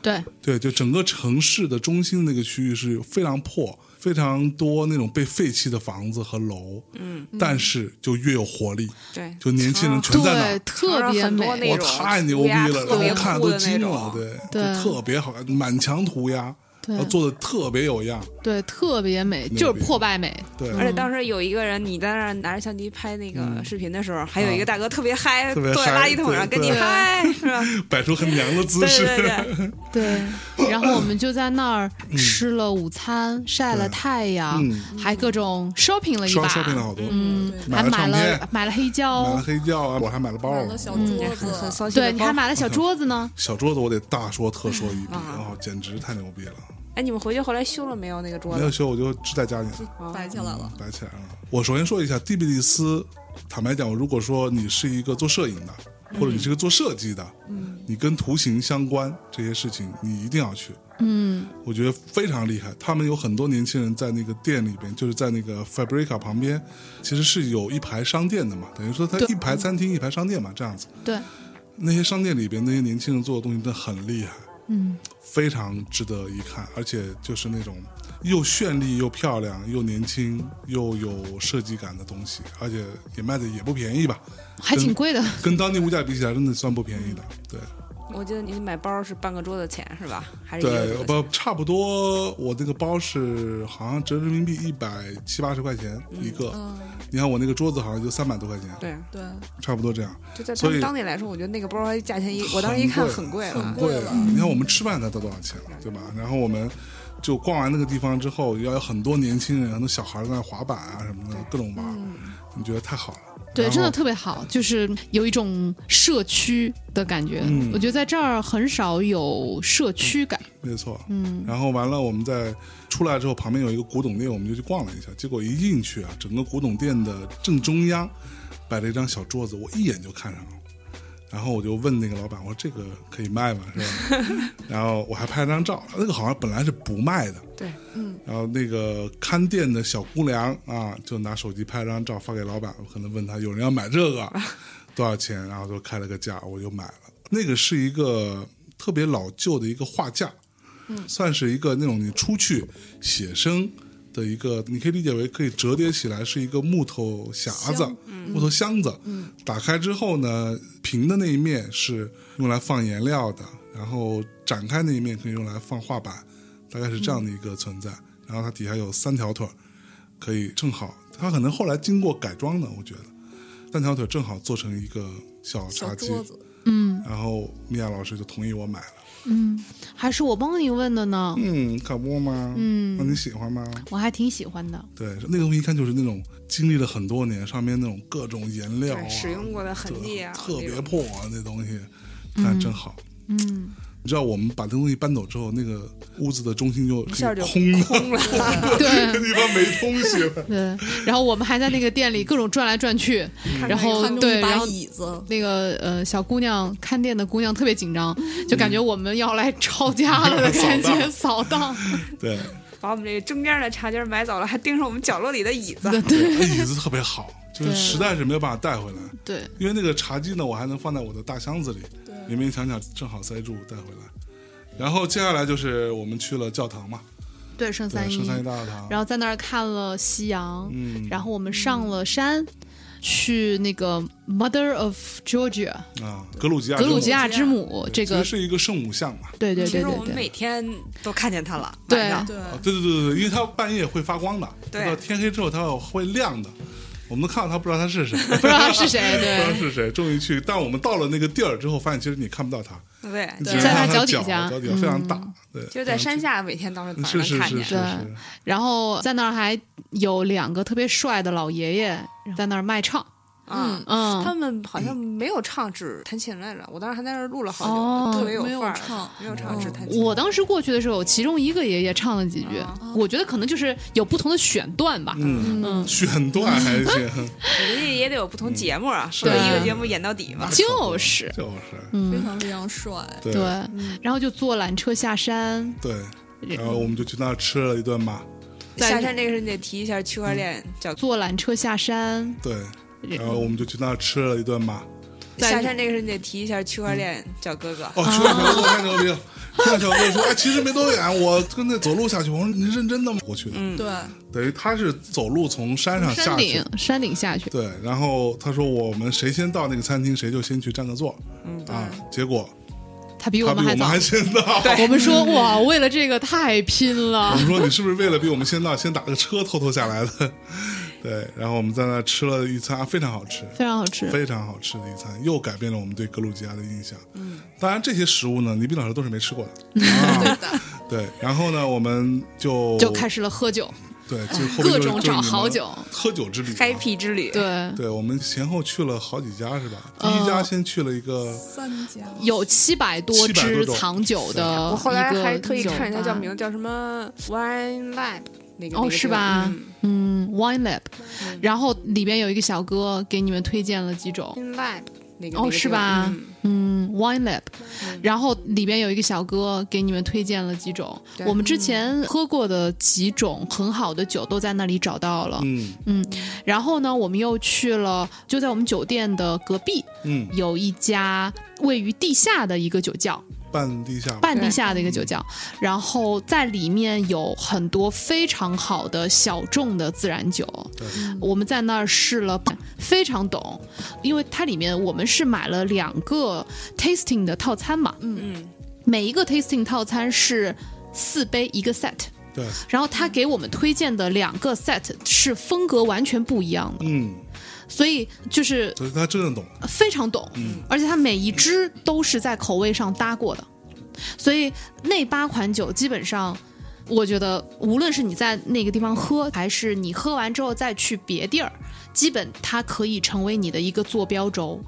对，对，就整个城市的中心那个区域是非常破，非常多那种被废弃的房子和楼，嗯，哦但是就越有活力，对，就年轻人全在那对儿。，特别很多那美，我种太牛逼了，涂鸦特让别我看酷都的惊那种了，对，对就特别好，满墙涂鸦，对然后做的特别有样，对，特别美，牛就是逼破败美，对，而且当时有一个人，你在那儿拿着相机拍那个视频的时候，还有一嗯啊个大哥特别嗨，特别坐在嗨垃圾桶上对跟你对嗨， [laughs] 是吧？摆出很娘的姿对势，对 [laughs] 对，对，然后我们就在那儿吃了午餐，晒了太阳，嗯还各种 shopping 了一刷把，刷屏了好多，嗯，对还买了买唱了片买了黑买胶了，黑胶啊，我还买了包买儿了小嗯 [laughs] 也桌很很子，骚气的对，你还包买了小桌子呢，小桌子我得大说特说一遍，啊哦，简直太牛逼了！哎，你们回去后来修了没有那个桌没有子？修我就支在家里了，啊摆起来了。摆起来了。我首先说一下，蒂比利斯，坦白讲，如果说你是一个做摄影的，或者你是个做设计的，嗯，你跟图形相关这些事情，你一定要去。嗯，我觉得非常厉害，他们有很多年轻人在那个店里边，就是在那个 Fabrica 旁边，其实是有一排商店的嘛，等于说它对一排餐厅一排商店嘛，这样子。对，那些商店里边那些年轻人做的东西真的很厉害，嗯，非常值得一看，而且就是那种又绚丽又漂亮又年轻又有设计感的东西，而且也卖的也不便宜吧，还挺贵的，跟当地物价比起来真的算不便宜的。对我记得你买包是半个桌子钱是吧？还是一个对，桌子钱？不差不多，我那个包是好像折人民币一百七八十块钱一个，嗯，你看我那个桌子好像就三百多块钱，对，对，差不多这样。就在他所以们当地来说，我觉得那个包还价钱一，我当时一看很贵很了。贵贵了了。你看我们吃饭才都多少钱了，对吧？然后我们就逛完那个地方之后，要有很多年轻人、很多小孩在那滑板啊什么的，各种玩，你觉得太好了。对，然后真的特别好，就是有一种社区的感觉，嗯我觉得在这儿很少有社区感，没错。嗯，然后完了，我们在出来之后，旁边有一个古董店，我们就去逛了一下。结果一进去啊，整个古董店的正中央摆了一张小桌子，我一眼就看上了。然后我就问那个老板，我说这个可以卖吗？是吧？然后我还拍了张照，那个好像本来是不卖的，嗯对，然后那个看店的小姑娘啊，就拿手机拍张照发给老板，我可能问他有人要买这个多少钱，然后就开了个价，我就买了。那个是一个特别老旧的一个画架，嗯，算是一个那种你出去写生的一个，你可以理解为可以折叠起来是一个木头匣子箱、木头箱子。嗯，打开之后呢，平的那一面是用来放颜料的，然后展开那一面可以用来放画板。大概是这样的一个存在。然后它底下有三条腿儿，可以正好，它可能后来经过改装的，我觉得三条腿正好做成一个小茶小几。桌子，嗯然后米娅老师就同意我买了。嗯，还是我帮你问的呢，嗯，可不吗？哦嗯那你喜欢吗？我还挺喜欢的，对，那个东西一看就是那种经历了很多年，上面那种各种颜料啊，对，使用过的痕迹啊，特那别种破啊，那东西，但真好。嗯。你知道我们把这东西搬走之后，那个屋子的中心就一下就空了，空了。 [laughs] 那对地方没东西了。对，然后我们还在那个店里各种转来转去，然后看中对，一然把后椅子，那个呃小姑娘看店的姑娘特别紧张，嗯就感觉我们要来抄家了的 [laughs] 感觉，扫荡，对，把我们这中间的茶几儿买走了，还盯上我们角落里的椅子。那椅子特别好，就是对实在是没有办法带回来，对，因为那个茶几呢，我还能放在我的大箱子里，对勉勉强强正好塞住带回来。然后接下来就是我们去了教堂嘛，对，圣对，三圣一，三一大教堂，然后在那儿看了夕阳，嗯，然后我们上了山，去那个 Mother of Georgia 嗯啊，格鲁吉亚格鲁圣吉亚之母母这其个实，是一个圣母像嘛，对对其对实我对们对，每天都看见它了，对晚上对，嗯啊，对对对对对，因为它半夜会发光的，对到天黑之后它会亮的，我们都看到它不知道它 [laughs] 是谁，不不知道他是谁，知 [laughs] 道对。是谁，终于去，但我们到了那个地儿之后，发现其实你看不到它，对你对只能在它看它脚底脚下嗯脚底下非常大，对，就是在山下每天到时候早嗯是上是能看是是见。是。然后在那儿还有两个特别帅的老爷爷在那儿卖唱，啊，嗯他们好像没有唱，只弹琴来着。我当时还在那儿录了好久，哦特别没有范儿，唱没有唱，只弹琴。嗯我当时过去的时候，其中一个爷爷唱了几句，我觉得可能就是有不同的选段吧。啊嗯，嗯，选段还行， [laughs] 人家也得有不嗯同节目啊，不对能一个节目演到底嘛。就是，就是，非嗯，常非常帅。对嗯对。然后就坐缆车下山，对，然后我们就去那儿吃了一顿嘛，在下山这个事你得提一下区块链叫坐缆车下山，对，然后我们就去那儿吃了一顿嘛。在下山这个事你得提一下区块链叫哥哥。哦，吃完小哥太牛逼了！吃完小哥说：“哎，其实没多远，我跟那走路下去。”我说：“你认真的吗？”我去的，嗯，对，等于他是走路从山上山啊下去顶。山顶下去，对，然后他说我们谁先到那个餐厅，谁就先去占个座。嗯啊，结果他比他我比们还我们早。还先 [laughs] 到。我们说哇，为了这个太拼我 [laughs] 了们。说你是不是为了比我们先到，先打了个车偷偷下来的？ [laughs] 对，然后我们在那吃了一餐，啊非常好吃，非常好吃，非常好吃的一餐，又改变了我们对格鲁吉亚的印象。嗯，当然这些食物呢，倪斌老师都是没吃过 [laughs] 的。啊，对，然后呢，我们就就开始始了喝酒，对，就后面嗯就各种就是找你们好酒喝酒之旅啊。 ，Happy 之旅。对，对，我们前后去了好几家是吧？第嗯一家先去了一个三家有七百多700多支种藏酒的一个我后来还特意看一下酒吧叫名，叫什么 Wine Lab 那个。那哦，个是地方吧嗯？嗯，Wine Lab，然后里边有一个小哥给你们推荐了几种， ，Wine Lab 那个。那哦，个是地方吧嗯？嗯，Wine Lab，然后里边有一个小哥给你们推荐了几种，对我们之前喝过的几种很好的酒都在那里找到了。嗯然后呢，我们又去了，就在我们酒店的隔壁嗯有一家位于地下的一个酒窖，半地下吧半地下的一个酒窖，然后在里面有很多非常好的小众的自然酒。对我们在那儿试了，非常懂，因为它里面我们是买了两个 tasting 的套餐嘛，嗯，每一个 tasting 套餐是四杯一个 set，对，然后他给我们推荐的两个 set 是风格完全不一样的，嗯，所以就是所以他真的懂，非常懂，嗯而且它每一支都是在口味上搭过的，所以那八款酒基本上。我觉得，无论是你在那个地方喝，还是你喝完之后再去别地儿，基本它可以成为你的一个坐标轴。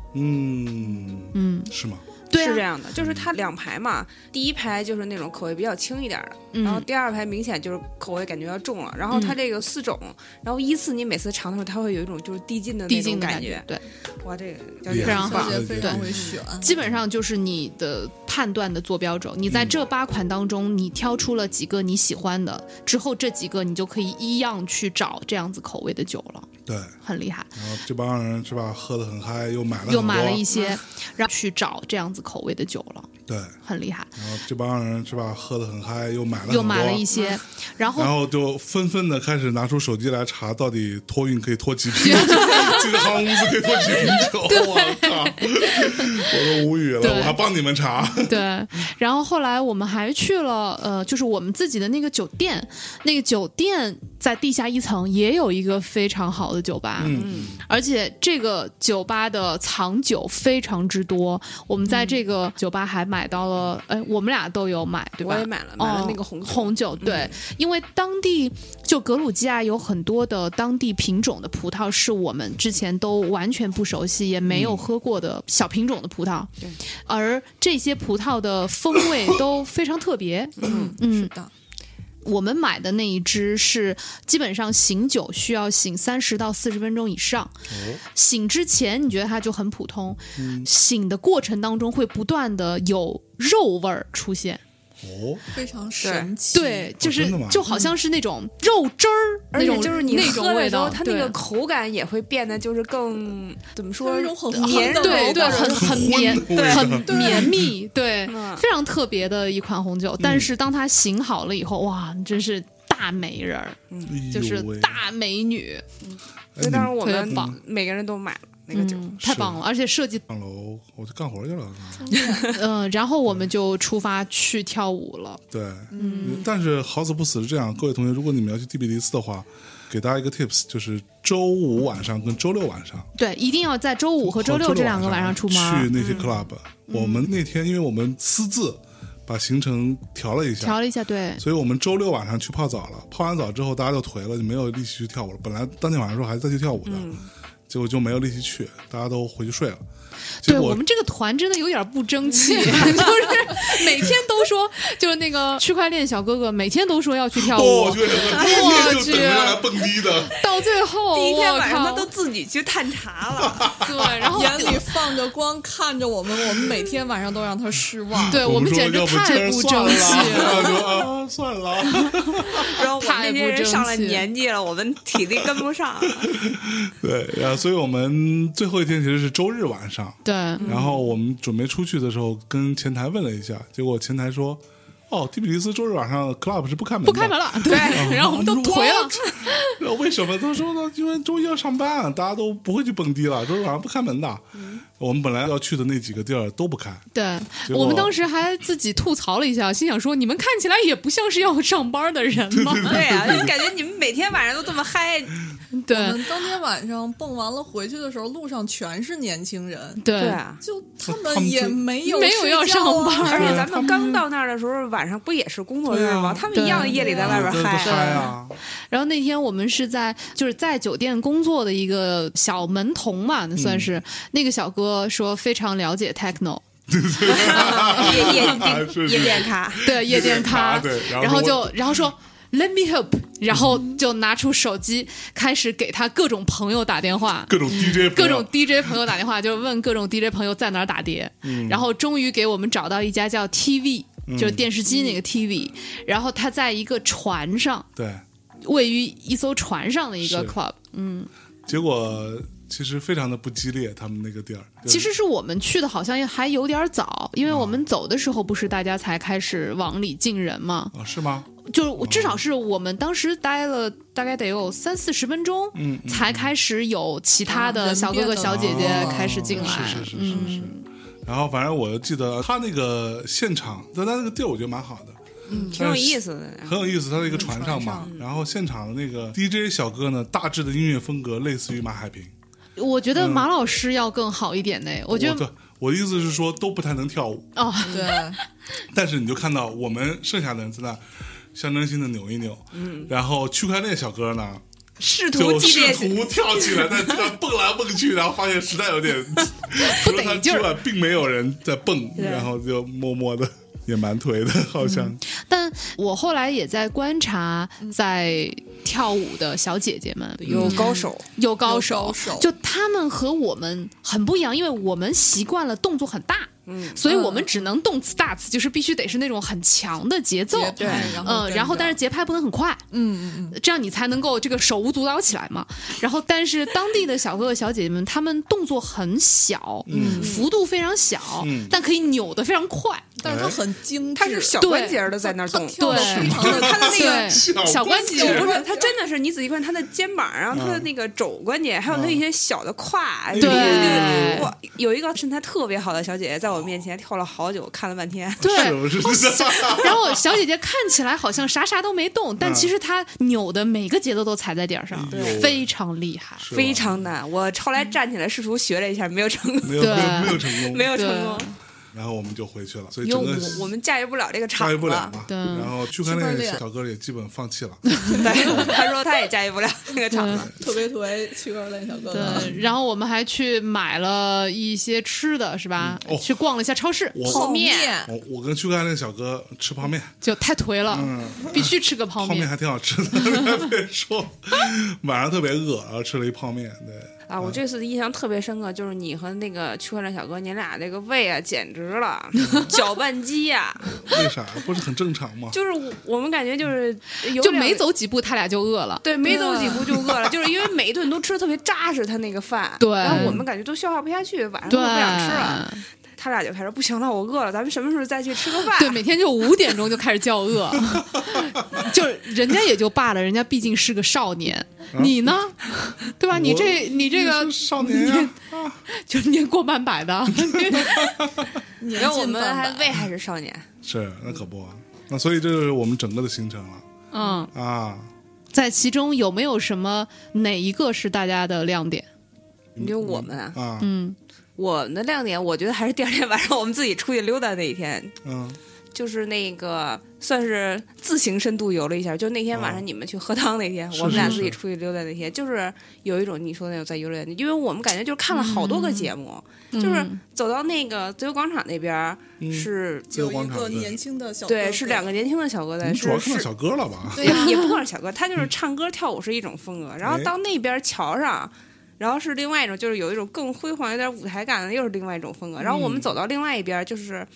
嗯嗯，是吗？对、啊，是这样的，就是它两排嘛，第一排就是那种口味比较轻一点的，嗯然后第二排明显就是口味感觉要重了。然后它这个四种，然后依次你每次尝的时候，它会有一种就是递进的递那进种的感觉。对，哇，这个叫厉害什么常小棒姐非常会对选，基本上就是你的判断的坐标轴。你嗯在这八款当中，你挑出了几个你喜欢的，之后这几个你就可以依样去找这样子口味的酒了，对，很厉害。然后这帮人是吧，喝的很嗨，又买了很又买了多一些，然后去找这样子口味的酒了，对，很厉害。然后这帮人是吧，喝的很嗨，又买了又很买多了一些，然然后后就纷纷的开始拿出手机来查，到底托运可以托几瓶 [laughs] 酒，这个航空公司可以托几瓶酒，我靠，我都无语对了，我还帮你们查，对，然后后来我们还去了，呃，就是我们自己的那个酒店，那个酒店在地下一层也有一个非常好的酒吧，嗯，而且这个酒吧的藏酒非常之多，我们嗯在这个酒吧还买到了，哎，我们俩都有买，对吧？我也买了，买了那个红哦、酒嗯红酒，对，因为当地就格鲁吉亚有很多的当地品种的葡萄，是我们之前都完全不熟悉，也没有喝过的小品种的葡萄，对而这些葡萄的风味都非常特别。 [coughs] 嗯，嗯是的，我们买的那一支是基本上醒酒需要醒三十到四十分钟以上，嗯醒之前你觉得它就很普通，嗯醒的过程当中会不断的有肉味儿出现，哦，非常神奇。对，就真是的吗就好像是那种肉汁儿，那而且种嗯就是你那喝种的味时候，道，它那个对口感也会变得就是更怎么它说有一种很黏憨的对味对道嗯很很绵的味道很对绵密，对嗯，非常特别的一款红嗯酒。但是当它醒好了以后，哇，你真是大美人儿，嗯就是哎呦喂大美女，哎所以你当时我特别们棒每个人都买了那个酒。嗯，太是棒了，而且设计上楼我去干活去了，嗯，然后我们就出发去跳舞了。对，嗯，但是好死不死是这样，各位同学，如果你们要去第比利斯的话，给大家一个 tips，就是周五晚上跟周六晚上对，一定要在周五和周哦六六这两个晚上上出去门，嗯那些 club。我们那天因为我们私自把行程调了一调下。了一下。对，所以我们周六晚上嗯去泡澡了，泡完澡之后大家就颓了，就没有力气去跳舞了。本来当天晚上说还在去跳舞的，结果就没有力气去，大家都回去睡了。结对我果们这个团真的有点不争气， [laughs] 就是每天都说，就是那个区块链小哥哥每天都说要去跳舞，哦，这个天天就去等着要来蹦迪的，到最后第一天晚上我他靠都自己去探查了，对，然后眼里放着光，看着我们，我们每天晚上都让他失 [laughs] 望。对我们说简直要不今太儿不算争了气了。啊 [laughs] 就啊算了 [laughs] 啊。然后我们太那不些人争上了气年纪了，我们体力跟不上了。对，然后所以我们最后一天其实是周日晚上，对，然后我们准备出去的时候跟前台问了一下，结果前台说，哦，蒂比利斯周日晚上 club 是不开门的，不开门了，对， [laughs] 然后我们都颓了，然后为什么？他说呢，因为周一要上班，大家都不会去蹦迪了，周日晚上不开门的。我们本来要去的那几个地儿都不开，对，结果我们当时还自己吐槽了一下，心想说你们看起来也不像是要上班的人嘛，对呀、啊，就感觉你们每天晚上都这么嗨，我对们当天晚上蹦完了回去的时候，路上全是年轻人，对，啊。就他他们们也就没有没有要睡觉上啊班而且对咱他们们刚到那儿的时候，晚上不也是工作日对嗯吗？啊他们一样夜里在外边对嗨都啊。嗨啊！然后那天我们是在就是在酒店工作的一个小门童嘛，那算嗯是、那个小哥说非常了解 techno，夜夜是是店夜店 [laughs] 咖，对夜店 [laughs] 咖，对然后然后说就然后说。Let me help，然后就拿出手机开始给他各种朋友打 [laughs] 电话，各种 DJ，嗯各朋友种 DJ 朋友打电话，就是问各种 DJ 朋友在哪儿打碟，嗯然后终于给我们找到一家叫 TV，就是电视机那个 TV，、然嗯后他在一个船上，对，位于一艘船上的一个是 club，结果其实非常的不激烈，他们那个地儿。就是其实是我们去的，好像还有点早，因为我们走的时候不是大家才开始往里进人嘛，啊，是吗？就是我至少是我们当时待了大概得有三四十分钟，嗯，嗯才开始有其他啊的人小哥变哥得小姐姐多了开始进来，啊嗯是是是是是。然后反正我记得他那个现场，但他那个地儿我觉得蛮好的，嗯挺有意思的。很有意思。他那个船上嘛船，然后现场的那个 DJ 小哥呢，大致的音乐风格类似于马海平。我觉得马老师要更好一点呢，我觉得对嗯我的意思是说都不太能跳舞，哦，对，嗯但是你就看到我们剩下的人在那象征性的扭一扭，嗯，然后区块链小哥呢试图就激试烈，图跳起来，但但蹦来蹦去，然后发现实在有点除 [laughs] 了他得劲之儿外，并没有人在蹦，然后就默默的也蛮颓的，好像、但我后来也在观察，在跳舞的小姐姐们有高手，有高手，有高手就她们和我们很不一样，因为我们习惯了动作很大，嗯，所以我们只能动次打次，就是必须得是那种很强的节奏。节拍然后嗯，然后跟着但是节拍不能很快，嗯嗯嗯，这样你才能够这个手舞足蹈起来嘛。然后，但是当地的小哥哥小姐姐们，他们动作很小，嗯幅度非常小，嗯但可以扭得非常快。但是他很精致，他是小对关节儿都在那儿他动。跳的非常 [laughs] 的他的那个对小小关关节节有不是，他真的是你仔细看他的肩膀，然后他的嗯那个肘关节，还有他一些小的胯，啊对就是哎那个哇，有一个身材特别好的小姐姐在我面前跳了好久，看了半天，对，是不是？ [laughs] 然后小姐姐看起来好像啥啥都没动，但嗯其实她扭的每个节奏都踩在点儿上哎呦，非常厉 [laughs] 害。是吧非常难。我后来站起来试图学了一下，没有成功，没有没有对没有成功，没有成功，然后我们就回去了，所以因整为个我们驾驭不了这个场驾驭子。不了嘛。对然后区块区块链链小哥也基本放弃了。 [laughs] 对，他说他也驾驭不了那个场嗯子。特别颓，七块链小哥哥。对，然后我们还去买了一些吃的，是吧？嗯哦去逛了一下超市，我泡面面我我跟区块链小哥吃泡面，就太颓了，嗯，必须吃个泡泡面还挺好吃的， [laughs] 别说，晚上特别饿，然后吃了一泡面，对，啊，我这次印象特别深刻，就是你和那个区块链小哥，你俩那个胃啊，简 [laughs] 直了，搅拌机啊呀、为啥？不是很正常吗？就是我我们感觉就是有就两没走几步，他俩就饿了。对，没走几步就饿了，就是因为每一顿都吃的特别扎实，他那个饭，对然后我们感觉都消化不下去，晚上都对，不想吃了。他俩就开始不行了，我饿了，咱们什么时候再去吃个饭？啊对，每天就五点钟就开始叫饿， [laughs] 就是人家也就罢了，人家毕竟是个少年，[laughs] 你呢，对吧？你啊我这你这个你是少年呀、就是年过半百 [laughs] 的，年然后我近们半还百胃还是少年， [laughs] 是那可不啊，那所以这就是我们整个的行程了嗯，啊。在其中有没有什么哪一个是大家的亮点？你就我们啊，啊，嗯，我们的亮点，我觉得还是第二天晚上我们自己出去溜达那一天，嗯，就是那个算是自行深度游了一下。就那天晚啊上你们去喝汤那天，是我们俩是自是己出去溜达那天，就是有一种你说那种在游乐园，因为我们感觉就是看了好多个嗯节目，就是嗯走到那个自由广场那边儿嗯是。自由有广一场个对年轻的小哥对，哥是两个年轻的小哥在，你嗯主要是看到是小哥了吧？对也呀、 [laughs] 也不光是小哥，他就是唱歌跳舞是一种风格，然后哎到那边桥上，然后是另外一种，就是有一种更辉煌、有点舞台感的，又是另外一种风格。然后我们走到另外一边，就是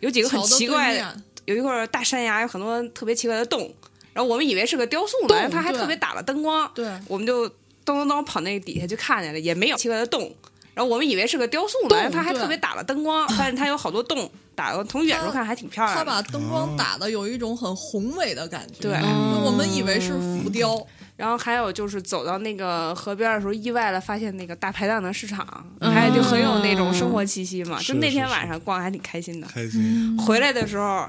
有几个很嗯桥的奇对怪的，面有一块大山崖，有很多特别奇怪的洞，然后我们以为是个雕塑洞呢，他还对特别打了灯光，对，我们就咚咚咚跑那底下去看见了，也没有奇怪的洞。然后我们以为是个雕塑呢，洞他还对啊特别打了灯光，但是他有好多洞，打了从远处看还挺漂他亮的。把灯光打的有一种很宏伟的感觉，对嗯我们以为是浮雕，然后还有就是走到那个河边的时候，意外的发现那个大排档的市场，嗯还就很有那种生活气息嗯嘛。是就那天是晚上逛得还挺开心的。开心， [laughs] 回来的时候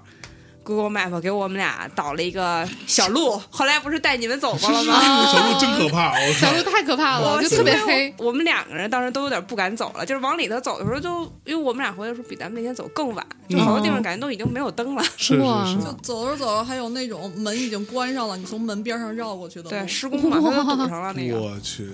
，Google Map 给我们俩导了一个小路，后来不是带你们走过了 [laughs] 是吗？那个小鹿真可怕，我小靠鹿！太可怕了，我就幸特别亏我黑。我们两个人当时都有点不敢走了，就是往里头走的时候就，因为我们俩回来的时候比咱们那天走更晚，就好多嗯地方感觉都已经没有 [laughs] 灯了。是哇是，就是走着走着还有那种门已经关上了，你从门边上绕过去的对，路，施工嘛，它都堵上了那个。我去，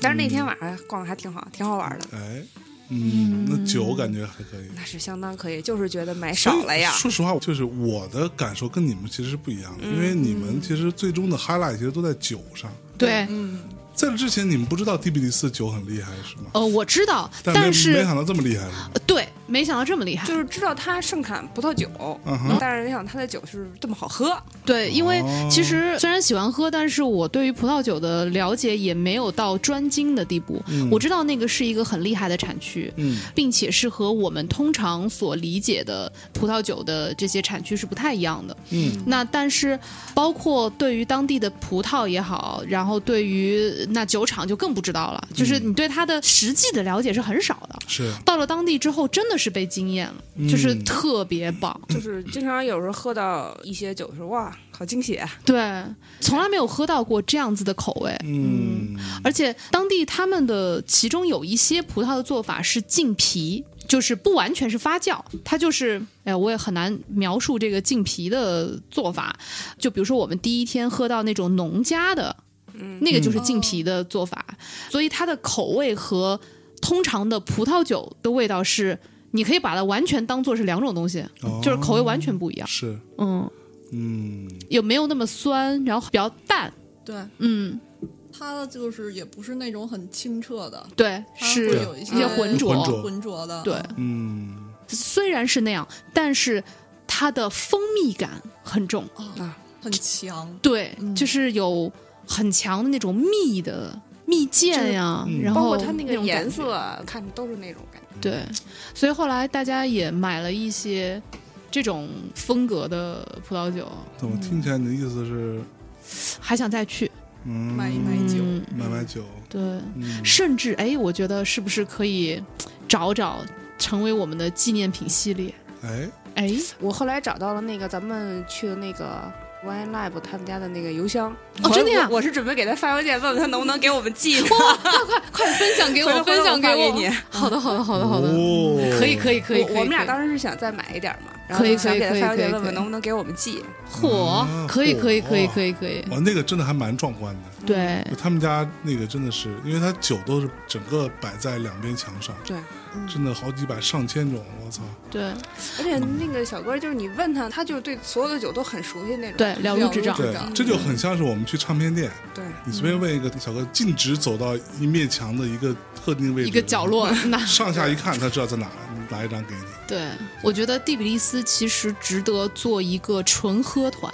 但是那天晚上逛的还挺好，挺好玩的。哎，嗯，那酒感觉还可以。那是相当可以，就是觉得买所以少了呀。说实话，就是我的感受跟你们其实是不一样的，因为你们嗯其实最终的 highlight 其实都在酒上。对，嗯，在这之前，你们不知道 DBD 四酒很厉害是吗？呃，我知道，但但没没是想到这么厉害是吗？呃对，没想到这么厉害。就是知道他盛产葡萄酒，嗯哼但是没想到他的酒是这么好喝。对，因为哦其实虽然喜欢喝，但是我对于葡萄酒的了解也没有到专精的地步。我知道那个是一个很厉害的产区，嗯并且是和我们通常所理解的葡萄酒的这些产区是不太一样的。嗯，那但是，包括对于当地的葡萄也好，然后对于那酒厂就更不知道了，就是你对它的实际的了解是很少的。是到了当地之后，真的是被惊艳了，就是特别棒。就是经常有时候喝到一些酒说哇，好惊喜啊！对，从来没有喝到过这样子的口味。嗯，而且当地他们的其中有一些葡萄的做法是浸皮，就是不完全是发酵，它就是哎，我也很难描述这个浸皮的做法。就比如说我们第一天喝到那种农家的，嗯那个就是浸皮的做法，所以它的口味和通常的葡萄酒的味道是。你可以把它完全当做是两种东西，哦就是口味完全不一样，是嗯，嗯，也没有那么酸，然后比较淡，对，嗯，它就是也不是那种很清澈的，对，它是会有一些一些浑浊，浑浊浑浊的，对，嗯，虽然是那样，但是它的蜂蜜感很重，啊，很强，对，嗯就是有很强的那种蜜的蜜饯呀，就是嗯然后包括它那个种感颜觉，色，啊看着都是那种感觉。对，所以后来大家也买了一些这种风格的葡萄酒，怎么听起来你的意思是，还想再去嗯，买一买酒，嗯买买酒，对，嗯，甚至哎，我觉得是不是可以找找成为我们的纪念品系列？哎，哎，我后来找到了那个咱们去的那个 Wine Lab 他们家的那个邮箱。哦真的呀我我是准备给他发邮件，问问他能不能给我们 [laughs] 寄。[laughs] [laughs] 快分享给回头我，分享回头我我。发给 [laughs] 你好的，好的，好的，好的。哦可以可以可以，我可以我们可俩以当时是想再买一点嘛，然可以后可以想给可他以发可邮件以问可以问能不能给我们寄。火啊，可以火可以可以可以可以，哇，那个真的还蛮壮观的。对，就他们家那个真的是，因为他酒都是整个摆在两边墙上，对，真的好几百上千种，我操！对而且那个小哥就是你问他，他就对所有的酒都很熟悉那种。嗯对，了如指掌了。对是的，这就很像是我们去唱片店，对。你随便问一个小哥，径直走到一面墙的一个特定位置，一个角，落，那上下一看，他知道在哪，拿一张给你。对我觉得蒂比利斯其实值得做一个纯喝团，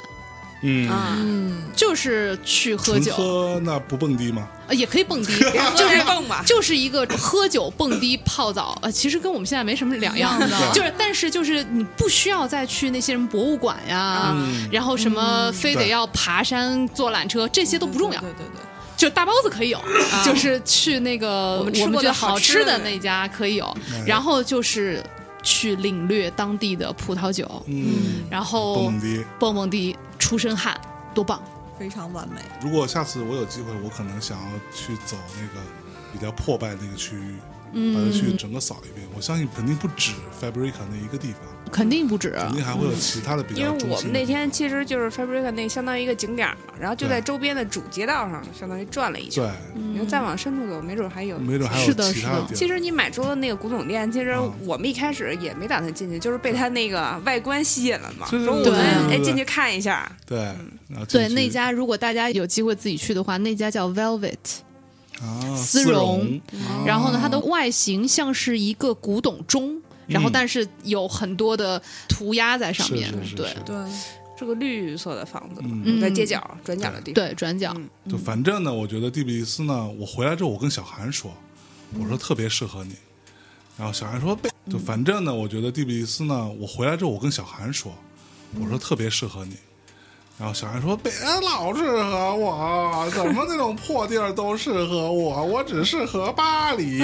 嗯，啊，嗯，就是去喝纯酒，喝那不蹦迪吗？呃也可以蹦 [laughs] 迪，就就是是蹦吧，就是一个喝酒、蹦迪、泡澡，呃，其实跟我们现在没什么两样一样的就是，但是就是你不需要再去那些什么博物馆呀，嗯，然后什么非得对要爬山、坐缆车，这些都不重要。对对对对对就大包子可以有，就是去那个啊我们吃我们过觉的得好好吃吃的的嗯那那家可以有哎，然后就是去领略当地的葡萄酒，嗯，然蹦后蹦迪。蹦蹦迪、出身汗，多棒！非常完美，如果下次我有机会，我可能想要去走那个比较破败那个区域，嗯把它去整个扫一遍。我相信肯定不止 Fabrica 那一个地方，肯定不止。肯定还会有其他的比因较为中我心们的那地方。天其实就是 Fabrica 那相当于一个景点儿嘛，然后就对在周边的主街道上，相当于转了一圈。你要再往深处走，没准还有对，没准还有是的其他的是的地方。其实你买桌的那个古董店，其实嗯我们一开始也没打算进去，就是被它那个外观吸引了嘛。是是说我对们对哎对进去看一下，对，然后进对，去那家如果大家有机会自己去的话，那家叫 Velvet，啊丝绒绒，哦嗯然后呢，它的外形像是一个古董钟，然后但是有很多的涂鸦在上是面是，是对是对，是个绿色的房子，嗯嗯在街角转角的地方。对，转角嗯就反正呢，我觉得蒂比利斯呢，我回来之后我跟小韩说，我说特别适合你，然后小韩说呗，就反正呢，我觉得蒂比利斯呢，我回来之后我跟小韩说，我说特别适合你。然后小韩说：“别老适合我，怎么那种破地儿都适合我？我只适合巴黎。”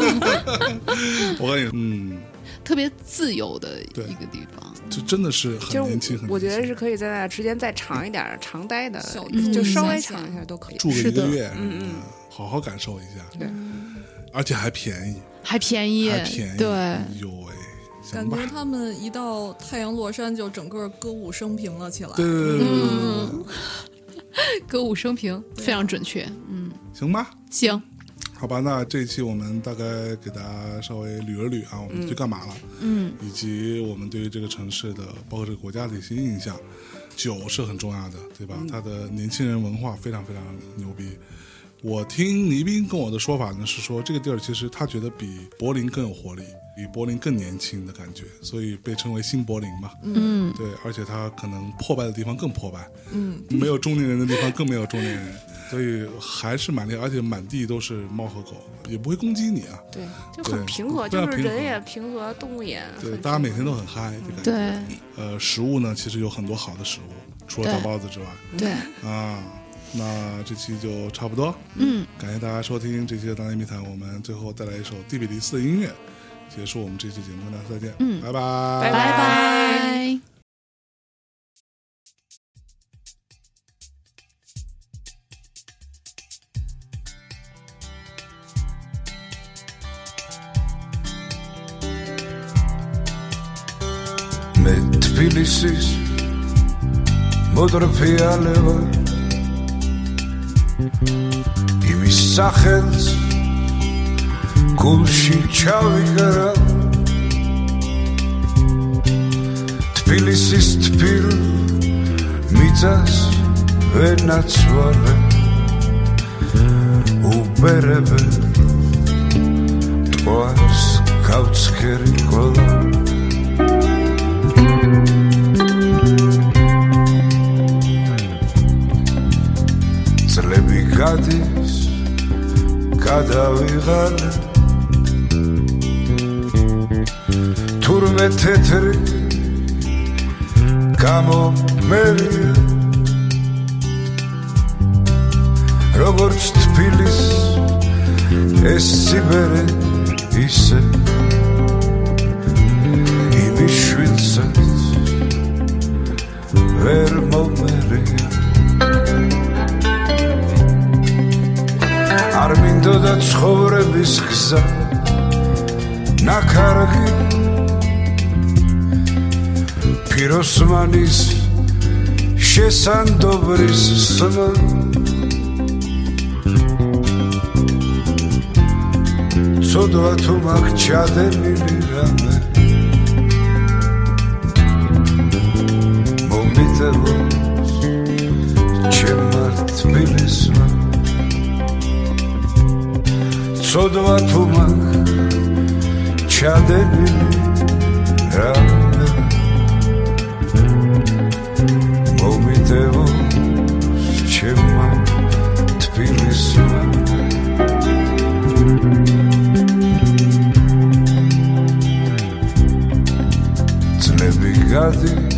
[laughs] 我跟你说，嗯，特别自由的对一个地方。就真的是其实很年轻，我很我觉年得轻是可以在那时间再长一点儿、常待的小，就住稍一微下长一下下都可以。住个一是个的月什么的，好好感受一下，嗯对，而且还便宜。还便宜，还便宜，对，哟喂，行感吧觉，他们一到太阳落山就整个歌舞升平了起来。对对对对对对，嗯歌舞升平非常准确。嗯，行吧，行，好吧，那这一期我们大概给大家稍微捋了捋啊，我们去干嘛了，嗯，以及我们对于这个城市的，包括这个国家的一些印象。酒是很重要的，对嗯吧？它的年轻人文化非常非常牛逼。我听倪斌跟我的说法呢，是说这个地儿其实他觉得比柏林更有活力，比柏林更年轻的感觉，所以被称为新柏林嘛。嗯，对，而且它可能破败的地方更破败，嗯，没有中年人的地方更没有中年人，所以还是满地，而且满地都是猫和狗，也不会攻击你啊。对，就对很平和，非常就是平和人也平和，动物也对，很大家平每天都很嗨的感觉。对呃，食物呢，其实有很多好的食物，除了对大包子之外对，啊。那这期就差不多，嗯，感谢大家收听这期的《大内密谈》，我们最后带来一首蒂比利斯的音乐，结束我们这期节目，跟大家再见，嗯拜拜拜拜。 με τπίλησης μοτροφία λεβα Είμαι σάχελς κούλში ჩავიგრა თბილისის თბილ მიწას ვენაცვალე უბერებე ტყვარს გავცქერი ყველა წლები გადის გადავიღალ თურმე თეთრი გამომერია როგორც თბილის ეს სიბერე ისე იმის შვილსაც ვერ მომერია არ მინდოდა ცხოვრების გზა ნაკარგი ფიროსმანის შესანდობრის სმა ცოდვა თუ მაგ ჩადენილი რამე მომიტევოს ჩემმა თბილისმა ცოდვა თუ მაგ ჩადებული რამე მომიტევო ჩემმა თბილისმა წლები გადის